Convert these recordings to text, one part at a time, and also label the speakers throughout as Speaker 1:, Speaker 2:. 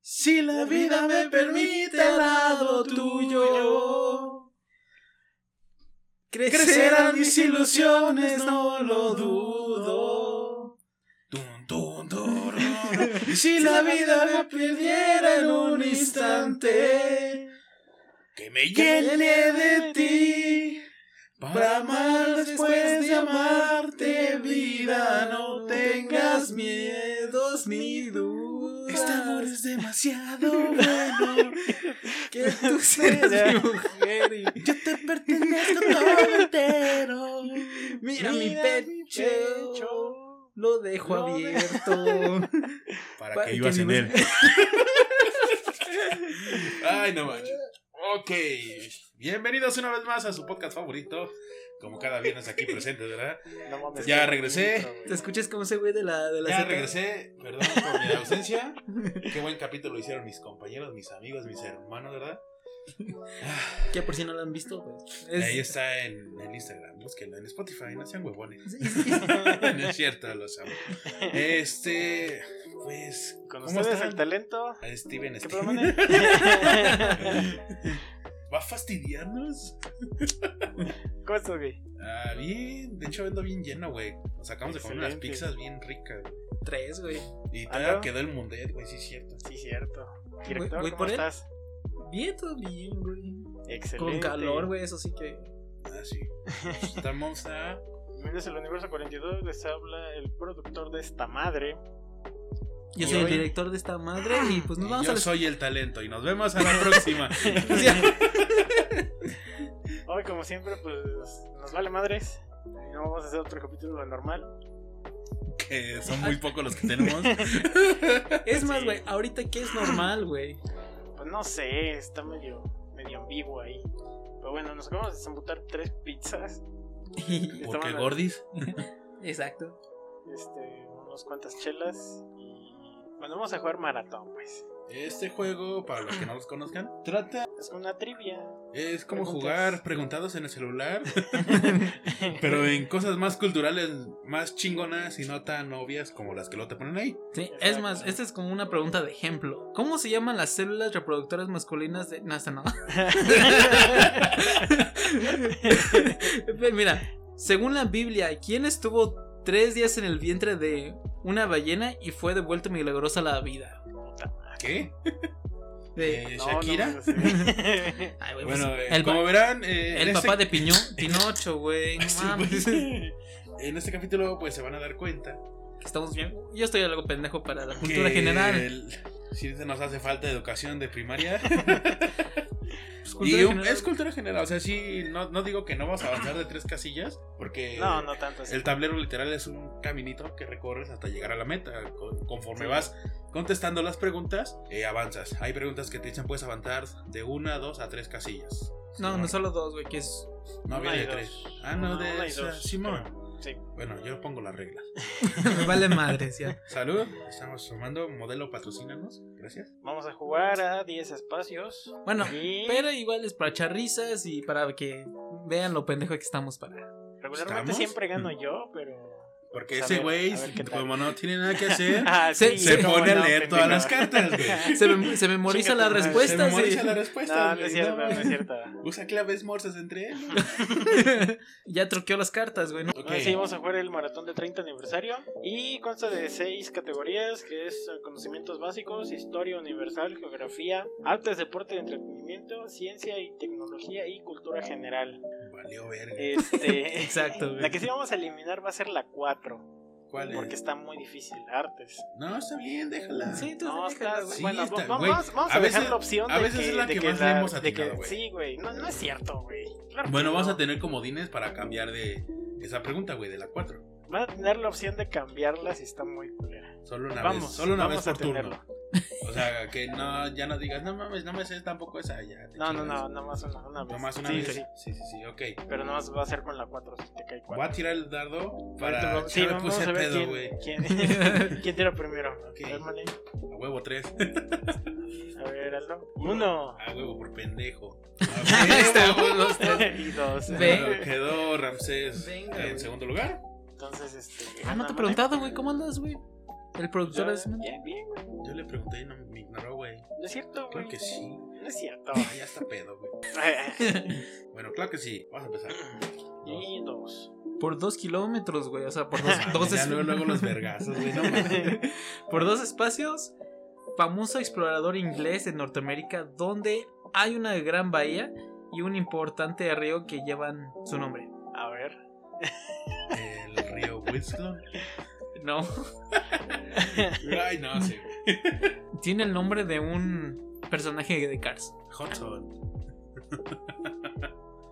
Speaker 1: Si la vida me permite al lado tuyo, crecerán mis ilusiones, no lo dudo. Tun, tun, turun. Y si la vida me perdiera en un instante, que me llene de ti. Para amar después de amarte, vida, no tengas miedos ni dudas. Este amor es demasiado bueno. Que tú seas mi mujer y yo te pertenezco todo entero. Mira, mi pecho. Lo dejo
Speaker 2: Lo de-
Speaker 1: abierto.
Speaker 3: Para,
Speaker 1: Para
Speaker 3: que
Speaker 1: que
Speaker 3: vivas en él.
Speaker 1: vivas-
Speaker 3: Ay, no manches. Ok. Bienvenidos una vez más a su podcast favorito. Como cada viernes aquí presente, ¿verdad?
Speaker 2: No mames,
Speaker 3: Ya
Speaker 2: qué
Speaker 3: regresé.
Speaker 2: bonito, güey.
Speaker 1: ¿Te escuchas como ese güey de la, de la
Speaker 3: Ya
Speaker 1: Zeta?
Speaker 3: regresé. Perdón por mi ausencia. Qué buen capítulo hicieron mis compañeros, mis amigos, mis hermanos, ¿verdad?
Speaker 1: Que por si no lo han visto, pues. Es-
Speaker 3: Ahí está en el Instagram. Búsquenlo en Spotify. No sean huevones.
Speaker 1: Sí, sí.
Speaker 3: no es cierto, los amo. Este. Pues.
Speaker 2: Con
Speaker 3: ¿cómo
Speaker 2: ustedes
Speaker 3: están?
Speaker 2: el talento.
Speaker 3: A Steven,
Speaker 2: ¿Qué
Speaker 3: Steven.
Speaker 2: promene?
Speaker 3: ¿Va a fastidiarnos?
Speaker 2: ¿Cómo estás, güey?
Speaker 3: Ah, bien. De hecho, ando bien lleno, güey. Nos acabamos de comer unas
Speaker 2: Excelente.
Speaker 3: pizzas bien ricas, güey.
Speaker 1: Tres, güey.
Speaker 3: Y todavía
Speaker 2: ¿Aló?
Speaker 3: quedó el mundet, güey, sí es cierto.
Speaker 2: Sí, cierto. Director,
Speaker 1: voy
Speaker 2: ¿cómo
Speaker 1: por él.
Speaker 2: estás?
Speaker 1: Bien, todo bien, güey.
Speaker 2: Excelente.
Speaker 1: Con calor, güey, eso sí que.
Speaker 3: Ah, sí. Estamos a.
Speaker 2: Bienvenidos al Universo 42. Les habla el productor de esta madre.
Speaker 1: Yo
Speaker 3: Y
Speaker 1: soy el
Speaker 3: hoy-
Speaker 1: director de esta madre y pues nos
Speaker 3: y
Speaker 1: vamos
Speaker 3: yo
Speaker 1: a la.
Speaker 3: soy el talento y nos vemos a la próxima.
Speaker 2: Hoy, como siempre, pues nos vale madres. Y no vamos a hacer otro capítulo lo normal.
Speaker 3: que son muy pocos los que tenemos.
Speaker 1: es más,
Speaker 2: Sí.
Speaker 1: güey, ahorita que es normal, güey.
Speaker 2: Pues no sé, está medio, medio ambiguo ahí. Pero bueno, nos acabamos de desembutar tres pizzas.
Speaker 3: Porque
Speaker 2: Estaban-
Speaker 3: Gordis.
Speaker 1: Exacto.
Speaker 2: este, unos cuantas chelas y bueno, vamos a jugar maratón, pues.
Speaker 3: Este juego, para los que no los conozcan, trata.
Speaker 2: Es una trivia.
Speaker 3: Es como
Speaker 2: Preguntas.
Speaker 3: jugar preguntados en el celular, pero en cosas más culturales, más chingonas y no tan obvias como las que luego te ponen ahí.
Speaker 1: Sí, es
Speaker 2: Exacto.
Speaker 1: más, esta es como una pregunta de ejemplo. ¿Cómo se llaman las células reproductoras masculinas de. No, esta no. Pero Pues Mira, según la Biblia, ¿quién estuvo tres días en el vientre de una ballena y fue devuelto milagrosa a la vida?
Speaker 2: Puta madre.
Speaker 3: ¿Qué?
Speaker 1: De-
Speaker 3: Eh,
Speaker 2: No, no,
Speaker 3: ¿Shakira?
Speaker 2: no sé.
Speaker 1: Ay, güey, pues,
Speaker 3: Bueno, eh,
Speaker 1: el,
Speaker 3: como verán, eh,
Speaker 1: el
Speaker 3: en este-
Speaker 1: papá de Piñón, Pinocho, güey. No
Speaker 3: Sí,
Speaker 1: mames.
Speaker 3: güey. En este capítulo, pues se van a dar cuenta
Speaker 1: Estamos bien. Yo estoy algo pendejo para la cultura
Speaker 3: que
Speaker 1: general.
Speaker 3: el- si se nos hace falta educación de primaria.
Speaker 1: Pues,
Speaker 3: y
Speaker 1: cultura
Speaker 3: un-
Speaker 1: general.
Speaker 3: es cultura general. O sea, sí, no, no digo que no vas a avanzar de tres casillas, porque
Speaker 2: No, no tanto así.
Speaker 3: el tablero literal es un caminito que recorres hasta llegar a la meta. Con- Conforme vas contestando las preguntas, eh, avanzas. Hay preguntas que te dicen puedes avanzar de una, dos a tres casillas.
Speaker 1: No, no
Speaker 3: Simón.
Speaker 1: solo dos, güey, que es.
Speaker 3: No había
Speaker 2: Una y
Speaker 3: de
Speaker 2: dos.
Speaker 3: tres. Ah, no,
Speaker 2: Una,
Speaker 3: de
Speaker 2: una y
Speaker 3: esa-
Speaker 2: dos,
Speaker 3: Simón.
Speaker 2: Sí.
Speaker 3: Bueno, yo pongo las reglas.
Speaker 1: Me vale madre, ¿sí?
Speaker 3: Salud, estamos formando modelo patrocínanos, gracias.
Speaker 2: Vamos a jugar a 10 espacios.
Speaker 1: Bueno,
Speaker 2: Y
Speaker 1: pero igual es para echar risas y para que vean lo pendejo que estamos para.
Speaker 2: regularmente
Speaker 3: ¿estamos?
Speaker 2: siempre gano yo, pero.
Speaker 3: Porque
Speaker 2: Pues a
Speaker 3: ese
Speaker 2: ver,
Speaker 3: güey,
Speaker 2: a ver qué tal.
Speaker 3: como no tiene nada que hacer,
Speaker 2: Ah,
Speaker 1: Se-
Speaker 3: se
Speaker 2: cómo
Speaker 3: pone a
Speaker 2: no,
Speaker 3: leer todas las
Speaker 2: pendejo.
Speaker 3: cartas, güey.
Speaker 1: Se, mem- se memoriza
Speaker 2: Chinga
Speaker 1: las
Speaker 2: tu madre. Se
Speaker 3: Se
Speaker 1: respuestas.
Speaker 3: memoriza
Speaker 1: sí.
Speaker 3: la respuesta.
Speaker 2: No, no es
Speaker 3: güey,
Speaker 2: cierto, no
Speaker 3: no.
Speaker 2: es cierto.
Speaker 3: Usa claves morsas entre él.
Speaker 1: ya truqueó las cartas, güey. ¿no?
Speaker 3: Ok.
Speaker 2: Ahora sí, vamos a jugar el maratón de 30 aniversario y consta de seis categorías que es eh, conocimientos básicos, historia universal, geografía, artes, deporte, entretenimiento, ciencia y tecnología y cultura general.
Speaker 3: Valió verga.
Speaker 2: Este,
Speaker 1: Exacto, güey.
Speaker 2: la que sí vamos a eliminar va a ser la 4
Speaker 3: ¿Cuál es?
Speaker 2: porque está muy difícil, artes.
Speaker 3: No, está bien, déjala.
Speaker 1: Sí, tú
Speaker 2: No,
Speaker 1: déjala,
Speaker 2: está,
Speaker 1: güey.
Speaker 3: sí,
Speaker 2: bueno,
Speaker 3: está,
Speaker 2: va- va-
Speaker 3: güey.
Speaker 2: vamos, vamos
Speaker 3: A
Speaker 2: a, dejar
Speaker 3: veces-
Speaker 2: la opción
Speaker 3: a
Speaker 2: de
Speaker 3: veces
Speaker 2: que,
Speaker 3: es la
Speaker 2: de
Speaker 3: que
Speaker 2: que
Speaker 3: más
Speaker 2: la-
Speaker 3: le hemos
Speaker 2: de que-
Speaker 3: atinado, güey.
Speaker 2: Sí, güey, no, no es cierto, güey. Claro que
Speaker 3: Bueno, vamos
Speaker 2: no.
Speaker 3: a tener comodines para cambiar de esa pregunta, güey, de la 4.
Speaker 2: Van a tener la opción de cambiarla si está muy culera.
Speaker 3: Solo una
Speaker 2: Vamos,
Speaker 3: vez, solo una
Speaker 2: vamos
Speaker 3: vez
Speaker 2: a
Speaker 3: por turno.
Speaker 2: tenerlo.
Speaker 3: O sea, que no ya no digas, no mames, no me sé tampoco esa ya. te
Speaker 2: No, no,
Speaker 3: chingas.
Speaker 2: no, nada más una, una vez.
Speaker 3: Nomás una
Speaker 2: Sí,
Speaker 3: vez.
Speaker 2: sí,
Speaker 3: Sí,
Speaker 2: sí.
Speaker 3: sí, sí, ok.
Speaker 2: Pero nada más va a ser con la 4 si te cae
Speaker 3: Voy a
Speaker 2: 4.
Speaker 3: tirar el dardo
Speaker 2: Ahorita
Speaker 3: para
Speaker 2: vamos-
Speaker 3: sí,
Speaker 2: sí,
Speaker 3: me
Speaker 2: vamos
Speaker 3: puse
Speaker 2: a ver
Speaker 3: pedo,
Speaker 2: quién-
Speaker 3: güey.
Speaker 2: quién, quién tira primero.
Speaker 3: Ok.
Speaker 2: A ver, Mane.
Speaker 3: A huevo 3.
Speaker 2: A ver, Aldo. Uno.
Speaker 3: A huevo por pendejo.
Speaker 1: Este,
Speaker 3: A huevo.
Speaker 1: los tres.
Speaker 2: y dos.
Speaker 1: Ve.
Speaker 3: Quedó Ramsés
Speaker 1: Venga,
Speaker 3: en
Speaker 1: güey.
Speaker 3: segundo lugar.
Speaker 2: Entonces, este.
Speaker 1: Ah, no
Speaker 2: gana
Speaker 1: te he
Speaker 2: Mane.
Speaker 1: preguntado, güey, ¿cómo andas, güey? El productor es.
Speaker 2: Bien, bien, güey.
Speaker 3: Yo le pregunté y no me ignoró, güey.
Speaker 2: No es cierto, güey.
Speaker 3: Creo que sí.
Speaker 2: No es cierto.
Speaker 3: Ah, ya está pedo, güey. Bueno, claro que sí. Vamos a empezar.
Speaker 2: y dos.
Speaker 1: por dos kilómetros, güey. O sea, por dos, dos
Speaker 3: Ah, ya
Speaker 1: es-
Speaker 3: luego, luego los vergazos, güey. No mames.
Speaker 1: por dos espacios. Famoso explorador inglés de Norteamérica, donde hay una gran bahía y un importante río que llevan su nombre.
Speaker 2: A ver.
Speaker 3: El río Winslow.
Speaker 1: No,
Speaker 3: Ay, no, sí.
Speaker 1: tiene el nombre de un personaje de Cars.
Speaker 3: Hudson.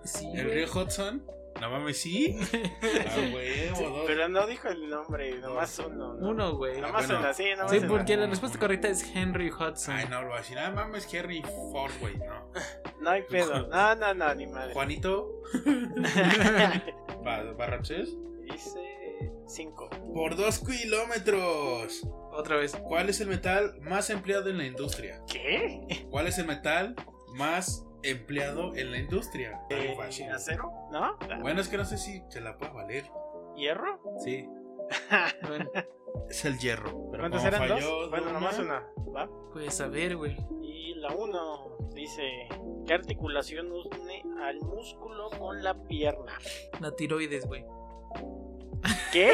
Speaker 1: Sí,
Speaker 3: El río Hudson. No mames, sí. Ah, huevo, dos.
Speaker 2: Pero no dijo el nombre, nomás uno. ¿no?
Speaker 1: uno, güey.
Speaker 2: Nomás
Speaker 3: Bueno.
Speaker 2: uno, así, nomás
Speaker 1: Sí,
Speaker 2: uno.
Speaker 1: porque la respuesta correcta es Henry Hudson.
Speaker 3: Ay, no, lo así. Ah, mames, Henry Ford, güey. No.
Speaker 2: No hay pedo. No, no, no, ni madre.
Speaker 3: Juanito. ¿Para Ramsés?
Speaker 2: Dice cinco.
Speaker 3: Por dos kilómetros.
Speaker 1: Otra vez.
Speaker 3: ¿Cuál es el metal más empleado en la industria?
Speaker 2: ¿Qué?
Speaker 3: ¿Cuál es el metal más empleado en la industria?
Speaker 2: Eh,
Speaker 3: Algo fácil.
Speaker 2: ¿Acero? ¿No?
Speaker 3: Bueno, es que no sé si se la puedo valer.
Speaker 2: ¿Hierro?
Speaker 3: Sí.
Speaker 1: Bueno,
Speaker 3: Es el hierro. Pero
Speaker 2: ¿Cuántos
Speaker 3: como
Speaker 2: eran dos?
Speaker 3: falló
Speaker 2: Bueno,
Speaker 3: Duna,
Speaker 2: nomás una. ¿Va?
Speaker 1: pues a ver, güey.
Speaker 2: Y la 1 dice, ¿qué articulación une al músculo con la pierna?
Speaker 1: La tiroides, güey.
Speaker 2: ¿Qué?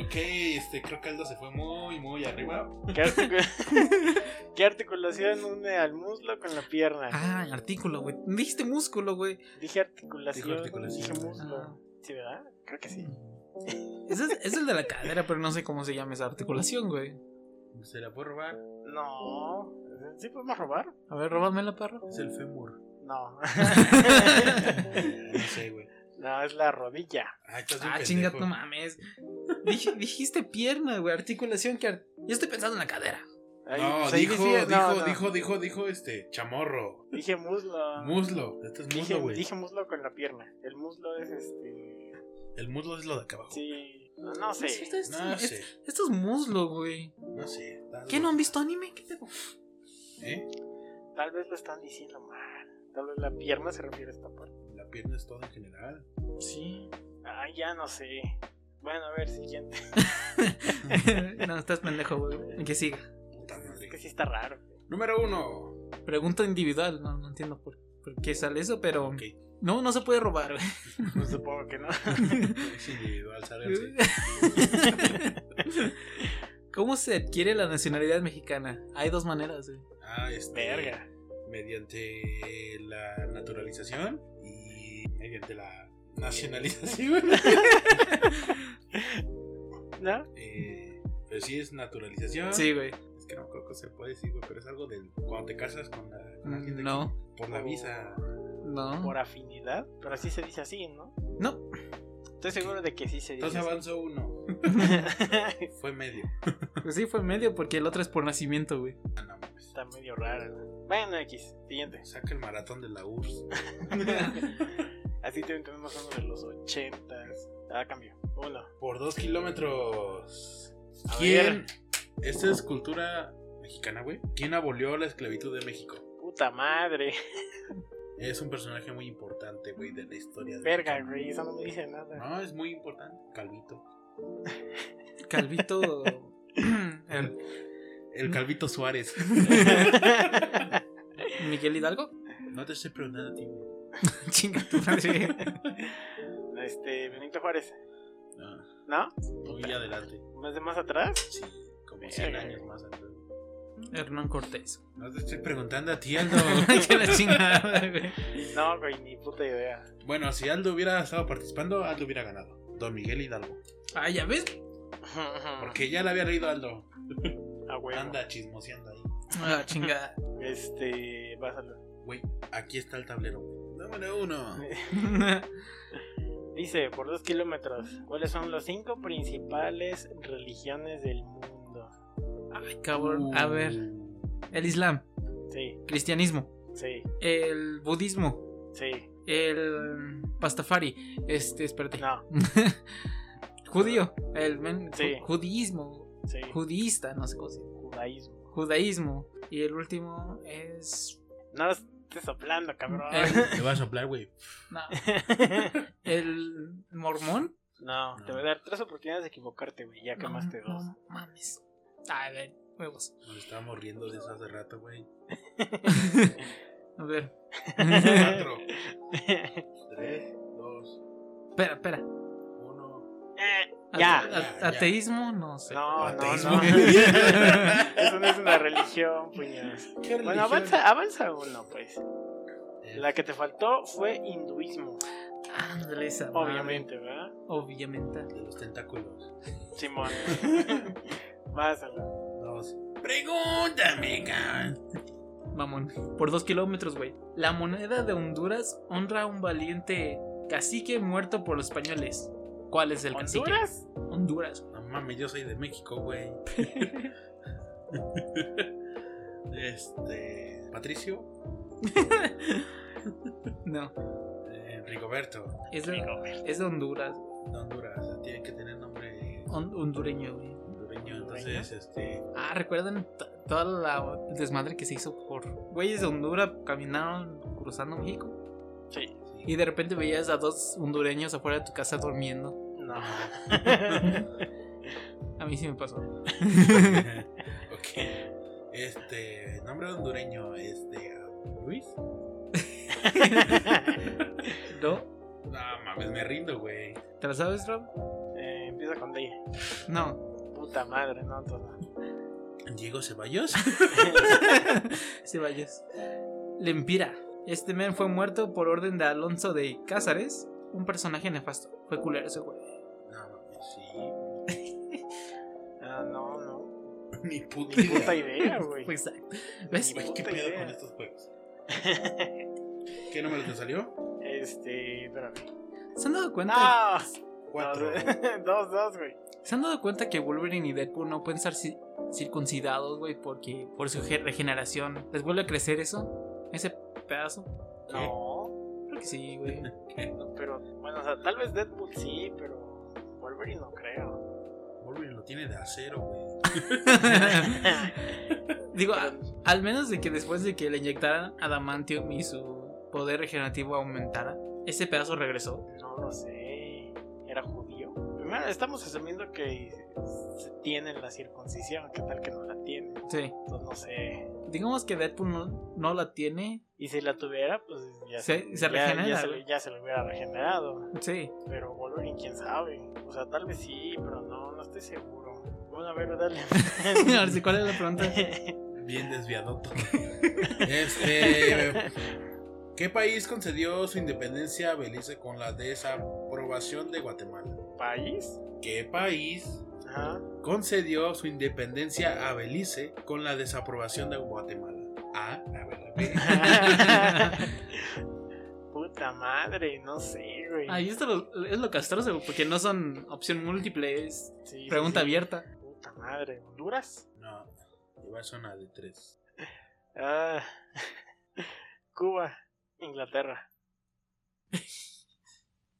Speaker 3: Ok, este, creo que Aldo se fue muy, muy arriba.
Speaker 2: ¿Qué, articu- ¿Qué articulación une al muslo con la pierna?
Speaker 1: Ah, artículo, güey. Dijiste músculo, güey.
Speaker 2: Dije articulación,
Speaker 3: Dijo articulación.
Speaker 2: dije muslo.
Speaker 1: Ah.
Speaker 2: ¿Sí, verdad? Creo que sí.
Speaker 1: Ese es, es el de la cadera, pero no sé cómo se llama esa articulación, güey.
Speaker 3: ¿Se la puedo robar?
Speaker 2: No. ¿Sí podemos robar?
Speaker 1: A ver, róbamela, perro.
Speaker 3: Es el fémur.
Speaker 2: No.
Speaker 3: No sé, güey.
Speaker 2: no, es la rodilla.
Speaker 3: Ay, estás bien
Speaker 1: Ah,
Speaker 3: pendejo.
Speaker 1: chinga, no mames. Dije- dijiste pierna, güey. Articulación que. ar- Yo estoy pensando en la cadera.
Speaker 2: Ahí-
Speaker 3: No,
Speaker 2: pues ahí
Speaker 3: dijo,
Speaker 2: decía-
Speaker 3: dijo,
Speaker 2: no, no.
Speaker 3: dijo, dijo, dijo, este, chamorro.
Speaker 2: Dije muslo.
Speaker 3: Muslo. Este es
Speaker 2: dije,
Speaker 3: muslo, güey.
Speaker 2: dije muslo con la pierna. El muslo es este...
Speaker 3: El muslo es lo de acá abajo.
Speaker 2: Sí. No, no sé.
Speaker 1: Esto, es-
Speaker 3: No
Speaker 1: es-
Speaker 3: sé,
Speaker 1: esto es muslo, güey.
Speaker 3: no sé. Aldo.
Speaker 1: ¿Qué no han visto anime? ¿Qué pedo?
Speaker 3: ¿Eh?
Speaker 2: Tal vez lo están diciendo mal. Tal vez la pierna se refiere a esta parte.
Speaker 3: La pierna es todo en general.
Speaker 1: Sí.
Speaker 2: Ah, ya no sé. Bueno, a ver, siguiente.
Speaker 1: no, estás pendejo, güey. Que siga.
Speaker 3: Puta madre.
Speaker 2: Es que sí está raro.
Speaker 3: Número uno.
Speaker 1: Pregunta individual. No, no entiendo por, por qué sale eso, pero.
Speaker 3: Ok.
Speaker 1: No, no se puede robar, güey.
Speaker 2: Pues supongo que no.
Speaker 3: Es individual, sálganse.
Speaker 1: ¿Cómo se adquiere la nacionalidad mexicana? Hay dos maneras, güey.
Speaker 3: Ah, este.
Speaker 2: Verga.
Speaker 3: Mediante la naturalización y mediante la nacionalización.
Speaker 2: ¿No?
Speaker 3: Eh, pero sí es naturalización.
Speaker 1: Sí, güey.
Speaker 3: Es que no creo que se puede decir, güey, pero es algo del. Cuando te casas con, la, con alguien de aquí,
Speaker 1: No, Oh.
Speaker 3: Por la visa.
Speaker 1: no.
Speaker 2: Por afinidad. Pero así se dice así, ¿no?
Speaker 1: No.
Speaker 2: Estoy seguro de que sí se dice
Speaker 3: Entonces
Speaker 2: así.
Speaker 3: avanzó uno. Fue medio.
Speaker 1: Pues sí, fue medio porque el otro es por nacimiento, güey.
Speaker 3: Ah, no mames.
Speaker 2: está medio raro. ¿no? Bueno, X. Siguiente.
Speaker 3: Saca el maratón de la URSS.
Speaker 2: Así te entendemos uno de los ochentas. Ah, cambio. Uno.
Speaker 3: Por dos kilómetros.
Speaker 2: A
Speaker 3: ¿Quién? Esta es cultura mexicana, güey. ¿Quién abolió la esclavitud de México?
Speaker 2: Puta madre.
Speaker 3: Es un personaje muy importante, güey, de la historia de
Speaker 2: Verga,
Speaker 3: México.
Speaker 2: güey. Eso no me dice nada.
Speaker 3: No, es muy importante. Calvito.
Speaker 1: Calvito. el-
Speaker 2: Mm.
Speaker 3: El Calvito Suárez.
Speaker 1: Miguel Hidalgo.
Speaker 3: no te estoy preguntando a ti, güey.
Speaker 1: Chinga tu madre.
Speaker 2: Este, Benito Juárez.
Speaker 3: No,
Speaker 2: ¿No?
Speaker 3: muy adelante.
Speaker 2: ¿Más de más atrás?
Speaker 3: Sí, como 100
Speaker 2: Verga.
Speaker 3: años más atrás.
Speaker 1: Hernán Cortés.
Speaker 3: No te estoy preguntando a ti, Aldo.
Speaker 1: que la chingada, güey.
Speaker 2: No, güey, ni puta idea.
Speaker 3: bueno, si Aldo hubiera estado participando, Aldo hubiera ganado. Don Miguel Hidalgo.
Speaker 1: Ah, ya ves.
Speaker 2: Ah.
Speaker 3: Porque ya le había leído Aldo.
Speaker 2: A huevo.
Speaker 3: Anda chismoseando ahí.
Speaker 1: Ah, chingada.
Speaker 2: Este, pásalo.
Speaker 3: Güey, aquí está el tablero. Número uno.
Speaker 2: Dice, por dos kilómetros, ¿cuáles son las cinco principales religiones del mundo?
Speaker 1: Ay, cabrón.
Speaker 3: Uh.
Speaker 1: A ver. El Islam.
Speaker 2: Sí,
Speaker 1: Cristianismo.
Speaker 2: sí,
Speaker 1: El budismo.
Speaker 2: sí,
Speaker 1: El. Pastafari. Este, espérate.
Speaker 2: no,
Speaker 1: Judío. El men-
Speaker 2: Sí.
Speaker 1: ju- judismo.
Speaker 2: sí,
Speaker 1: Judista, no sé cómo se dice.
Speaker 2: judaísmo.
Speaker 1: Judaísmo. Y el último es.
Speaker 2: No estés
Speaker 1: Eh.
Speaker 2: soplando, cabrón.
Speaker 1: el-
Speaker 3: Te vas a soplar, güey.
Speaker 1: no, el mormón.
Speaker 2: No,
Speaker 3: No.
Speaker 2: te voy a dar tres oportunidades de equivocarte, güey. Ya quemaste
Speaker 1: No,
Speaker 2: dos.
Speaker 1: no mames. A ver, huevos.
Speaker 3: Nos estábamos riendo de eso hace rato, güey.
Speaker 1: A ver.
Speaker 3: Cuatro, tres, dos,
Speaker 1: espera, espera.
Speaker 3: uno.
Speaker 2: Eh,
Speaker 1: Ate-
Speaker 2: ya.
Speaker 1: a-
Speaker 3: Ya, ya.
Speaker 1: ateísmo, no sé.
Speaker 2: No, no,
Speaker 3: Ateísmo.
Speaker 2: no. Eso no es una religión, puñas.
Speaker 3: ¿Qué religión?
Speaker 2: Bueno, avanza, avanza uno, pues.
Speaker 3: Eh,
Speaker 2: La que te faltó fue hinduismo.
Speaker 1: Ándale esa madre.
Speaker 2: Obviamente, ¿verdad?
Speaker 1: Obviamente.
Speaker 3: De los tentáculos.
Speaker 2: Simón. Vas a la-
Speaker 3: Dos. Pregúntame, cabrón.
Speaker 1: Mamón. Por dos kilómetros, güey. La moneda de Honduras honra a un valiente cacique muerto por los españoles. ¿Cuál es el cacique?
Speaker 2: ¿Honduras?
Speaker 1: Honduras.
Speaker 3: No mames, yo soy de México, güey. este. Patricio.
Speaker 1: No.
Speaker 3: eh, Rigoberto.
Speaker 1: Es de,
Speaker 2: Rigoberto.
Speaker 1: es de Honduras.
Speaker 3: De Honduras. O sea, tiene que tener nombre
Speaker 1: Hon- hondureño, güey.
Speaker 3: hondureño. Entonces, este.
Speaker 1: Ah, recuerdan t- toda la desmadre que se hizo por güeyes de Honduras caminaron cruzando México
Speaker 2: Sí.
Speaker 3: sí.
Speaker 1: y de repente veías a dos hondureños afuera de tu casa durmiendo.
Speaker 2: No.
Speaker 1: A mí sí me pasó.
Speaker 3: ok. Este. Nombre hondureño. Este. ah, Luis.
Speaker 1: ¿No?
Speaker 3: No mames, me rindo, güey.
Speaker 1: ¿Te la sabes, Rob?
Speaker 2: Eh, empieza con D.
Speaker 1: No.
Speaker 2: Puta madre, no, todo.
Speaker 3: Diego Ceballos.
Speaker 1: Se vayas. Lempira. Este men fue muerto por orden de Alonso de Cázares, un personaje nefasto. Fue culero ese güey.
Speaker 3: No mames, sí.
Speaker 2: Ah, no, no.
Speaker 3: Ni puta
Speaker 2: Ni puta
Speaker 3: idea.
Speaker 2: idea, Ah, güey.
Speaker 1: Pues, ¿Ves?
Speaker 3: Güey, ¿Qué
Speaker 2: puta
Speaker 3: pedo
Speaker 2: idea.
Speaker 3: con estos juegos? ¿Qué número te salió?
Speaker 2: Este, espérame.
Speaker 1: ¿Se han dado cuenta?
Speaker 2: No.
Speaker 3: Cuatro.
Speaker 2: Dos, dos, dos, güey.
Speaker 1: ¿Se han dado cuenta que Wolverine y Deadpool no pueden ser ci- circuncidados, güey? Porque por su ge- regeneración. ¿Les vuelve a crecer eso? ¿Ese pedazo?
Speaker 2: No.
Speaker 1: Creo que sí, güey.
Speaker 2: no, Pero, bueno, o sea, tal vez Deadpool sí, pero Wolverine no creo.
Speaker 3: Wolverine lo tiene de acero, güey.
Speaker 1: Digo, a- al menos de que después de que le inyectaran adamantium y su poder regenerativo aumentara, ese pedazo regresó.
Speaker 2: No lo sé. Era judío. Primero, estamos asumiendo que se tienen la circuncisión. ¿Qué tal que no la tienen?
Speaker 1: Sí.
Speaker 2: Entonces, no sé.
Speaker 1: Digamos que Deadpool no, no la tiene.
Speaker 2: Y si la tuviera, pues ya
Speaker 1: Se- se
Speaker 2: ya-
Speaker 1: regenera,
Speaker 2: ya se
Speaker 1: güey.
Speaker 2: le- ya se le hubiera regenerado.
Speaker 1: Sí.
Speaker 2: Pero Wolverine, quién sabe. O sea, tal vez sí, pero no, no estoy seguro. Bueno, a ver, dale.
Speaker 1: A ver, ¿cuál es la pregunta?
Speaker 3: Bien desviado todo. Este. ¿Qué país concedió su independencia a Belice con la desaprobación de Guatemala?
Speaker 2: ¿País?
Speaker 3: ¿Qué país
Speaker 2: Ajá.
Speaker 3: concedió su independencia a Belice con la desaprobación de Guatemala? Ah, a ver, a ver.
Speaker 2: Puta madre, no sé, güey.
Speaker 1: Ahí esto lo- es lo castroso, güey, porque no son opción múltiple, es
Speaker 2: Sí, sí,
Speaker 1: pregunta
Speaker 2: sí.
Speaker 1: abierta.
Speaker 2: Puta madre, ¿Honduras?
Speaker 3: No, llevas una de tres.
Speaker 2: Ah. Cuba, Inglaterra.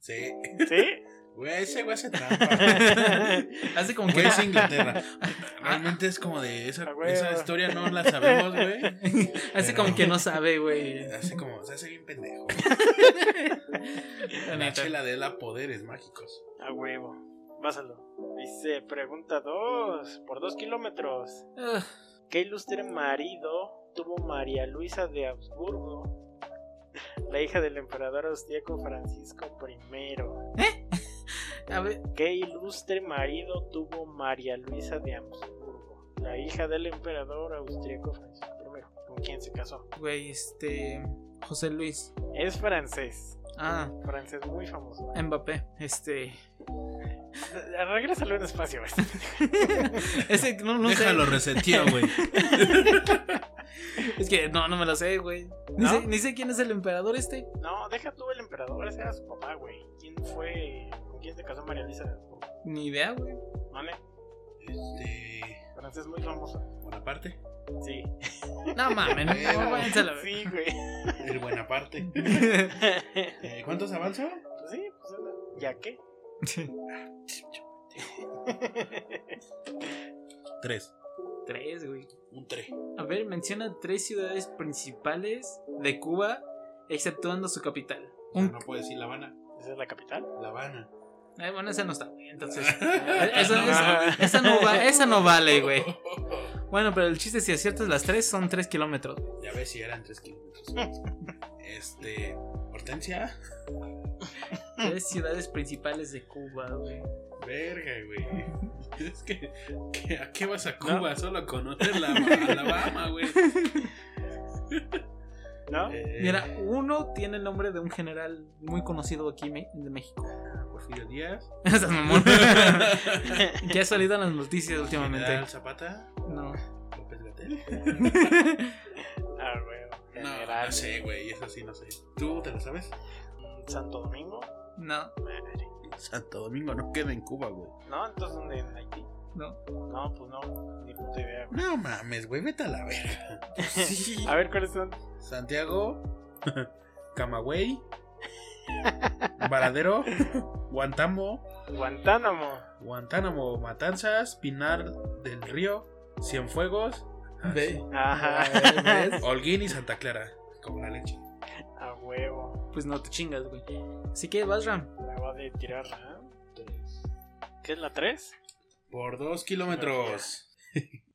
Speaker 3: Sí.
Speaker 2: ¿Sí?
Speaker 3: Güey, ese güey hace trampa. güey.
Speaker 1: Hace como
Speaker 3: Aunque
Speaker 1: que
Speaker 3: es Inglaterra. Realmente es como de esa,
Speaker 2: Ah, güey.
Speaker 3: esa historia no la sabemos, güey.
Speaker 1: hace como que no sabe, güey.
Speaker 3: Hace como, se hace bien pendejo.
Speaker 1: La
Speaker 3: La
Speaker 1: neta.
Speaker 3: chela de la poderes mágicos.
Speaker 2: A huevo. Pásalo. Dice, pregunta 2, por 2 kilómetros.
Speaker 1: Ugh,
Speaker 2: ¿Qué ilustre marido tuvo María Luisa de Habsburgo? La hija del emperador austriaco Francisco I.
Speaker 1: a ver,
Speaker 2: ¿Qué ilustre marido tuvo María Luisa de Habsburgo? La hija del emperador austriaco Francisco I. ¿Con quién se casó?
Speaker 1: güey, este José Luis.
Speaker 2: Es francés.
Speaker 1: Ah,
Speaker 2: Francés muy famoso.
Speaker 1: Mbappé. Este
Speaker 2: Regrésalo en espacio. este.
Speaker 1: ese no, no sé.
Speaker 3: Déjalo resentido, güey.
Speaker 1: Es que no no me lo sé, güey. Ni,
Speaker 2: ¿No?
Speaker 1: sé, ni sé quién es el emperador este.
Speaker 2: No, deja tú el emperador, ese era su papá, güey. ¿Quién fue? ¿Con quién se casó María Luisa de Habsburgo?
Speaker 1: Ni idea, güey.
Speaker 2: ¿Vale?
Speaker 3: Este.
Speaker 2: Francés muy famoso.
Speaker 3: Buena parte.
Speaker 2: Sí.
Speaker 1: No mames, no,
Speaker 3: Bueno,
Speaker 1: váyanse a la
Speaker 2: Sí, güey.
Speaker 3: El buena parte.
Speaker 1: verga.
Speaker 3: Eh, ¿Cuántos avanzó?
Speaker 2: Pues sí, pues anda. ¿Ya qué?
Speaker 3: Tres.
Speaker 1: Tres, güey.
Speaker 3: Un tres.
Speaker 1: A ver, menciona tres ciudades principales de Cuba, exceptuando su capital.
Speaker 3: O sea,
Speaker 1: Un-
Speaker 3: no puedo decir La Habana.
Speaker 2: Esa es la capital.
Speaker 3: La Habana.
Speaker 1: Eh, bueno, esa no está, güey, entonces. esa, esa- esa no va- esa no vale, güey.
Speaker 3: Oh.
Speaker 1: Bueno, pero el chiste, si aciertas las tres, son tres kilómetros.
Speaker 3: Ya ves si eran 3 kilómetros. Este. Hortensia.
Speaker 1: Tres ciudades principales de Cuba, güey.
Speaker 3: Verga, güey. Es que, que- ¿A qué vas a Cuba? Solo a conocer la, a la Bahama, güey.
Speaker 2: ¿No?
Speaker 3: Eh,
Speaker 1: Mira, uno tiene el nombre de un general muy conocido aquí me- de México.
Speaker 3: Porfirio Díaz.
Speaker 1: Esas mamón. que ha salido en las noticias últimamente.
Speaker 3: General Zapata.
Speaker 1: No.
Speaker 3: López Gatell.
Speaker 2: Ah, güey.
Speaker 3: No,
Speaker 2: General
Speaker 3: no sé, güey. Eso sí, no sé. ¿Tú te lo sabes?
Speaker 2: Santo Domingo.
Speaker 1: No,
Speaker 3: Santo Domingo no queda en Cuba, güey.
Speaker 2: No, entonces ¿dónde? en Haití.
Speaker 1: no.
Speaker 2: No, pues no. Ni puta idea. güey.
Speaker 3: No mames, güey. Vete a la verga.
Speaker 1: Sí.
Speaker 2: A ver, ¿cuáles son?
Speaker 3: Santiago, Camagüey, Varadero, Guantánamo,
Speaker 2: Guantánamo.
Speaker 3: Guantánamo, Matanzas, Pinar del Río, Cienfuegos,
Speaker 1: Ve.
Speaker 2: Ajá.
Speaker 3: Holguín y Santa Clara. Como la leche.
Speaker 2: A huevo.
Speaker 1: Pues no te chingas, güey. Así que vas, Ram.
Speaker 2: La va de tirar, ¿ah? ¿Qué es la 3?
Speaker 3: Por dos kilómetros.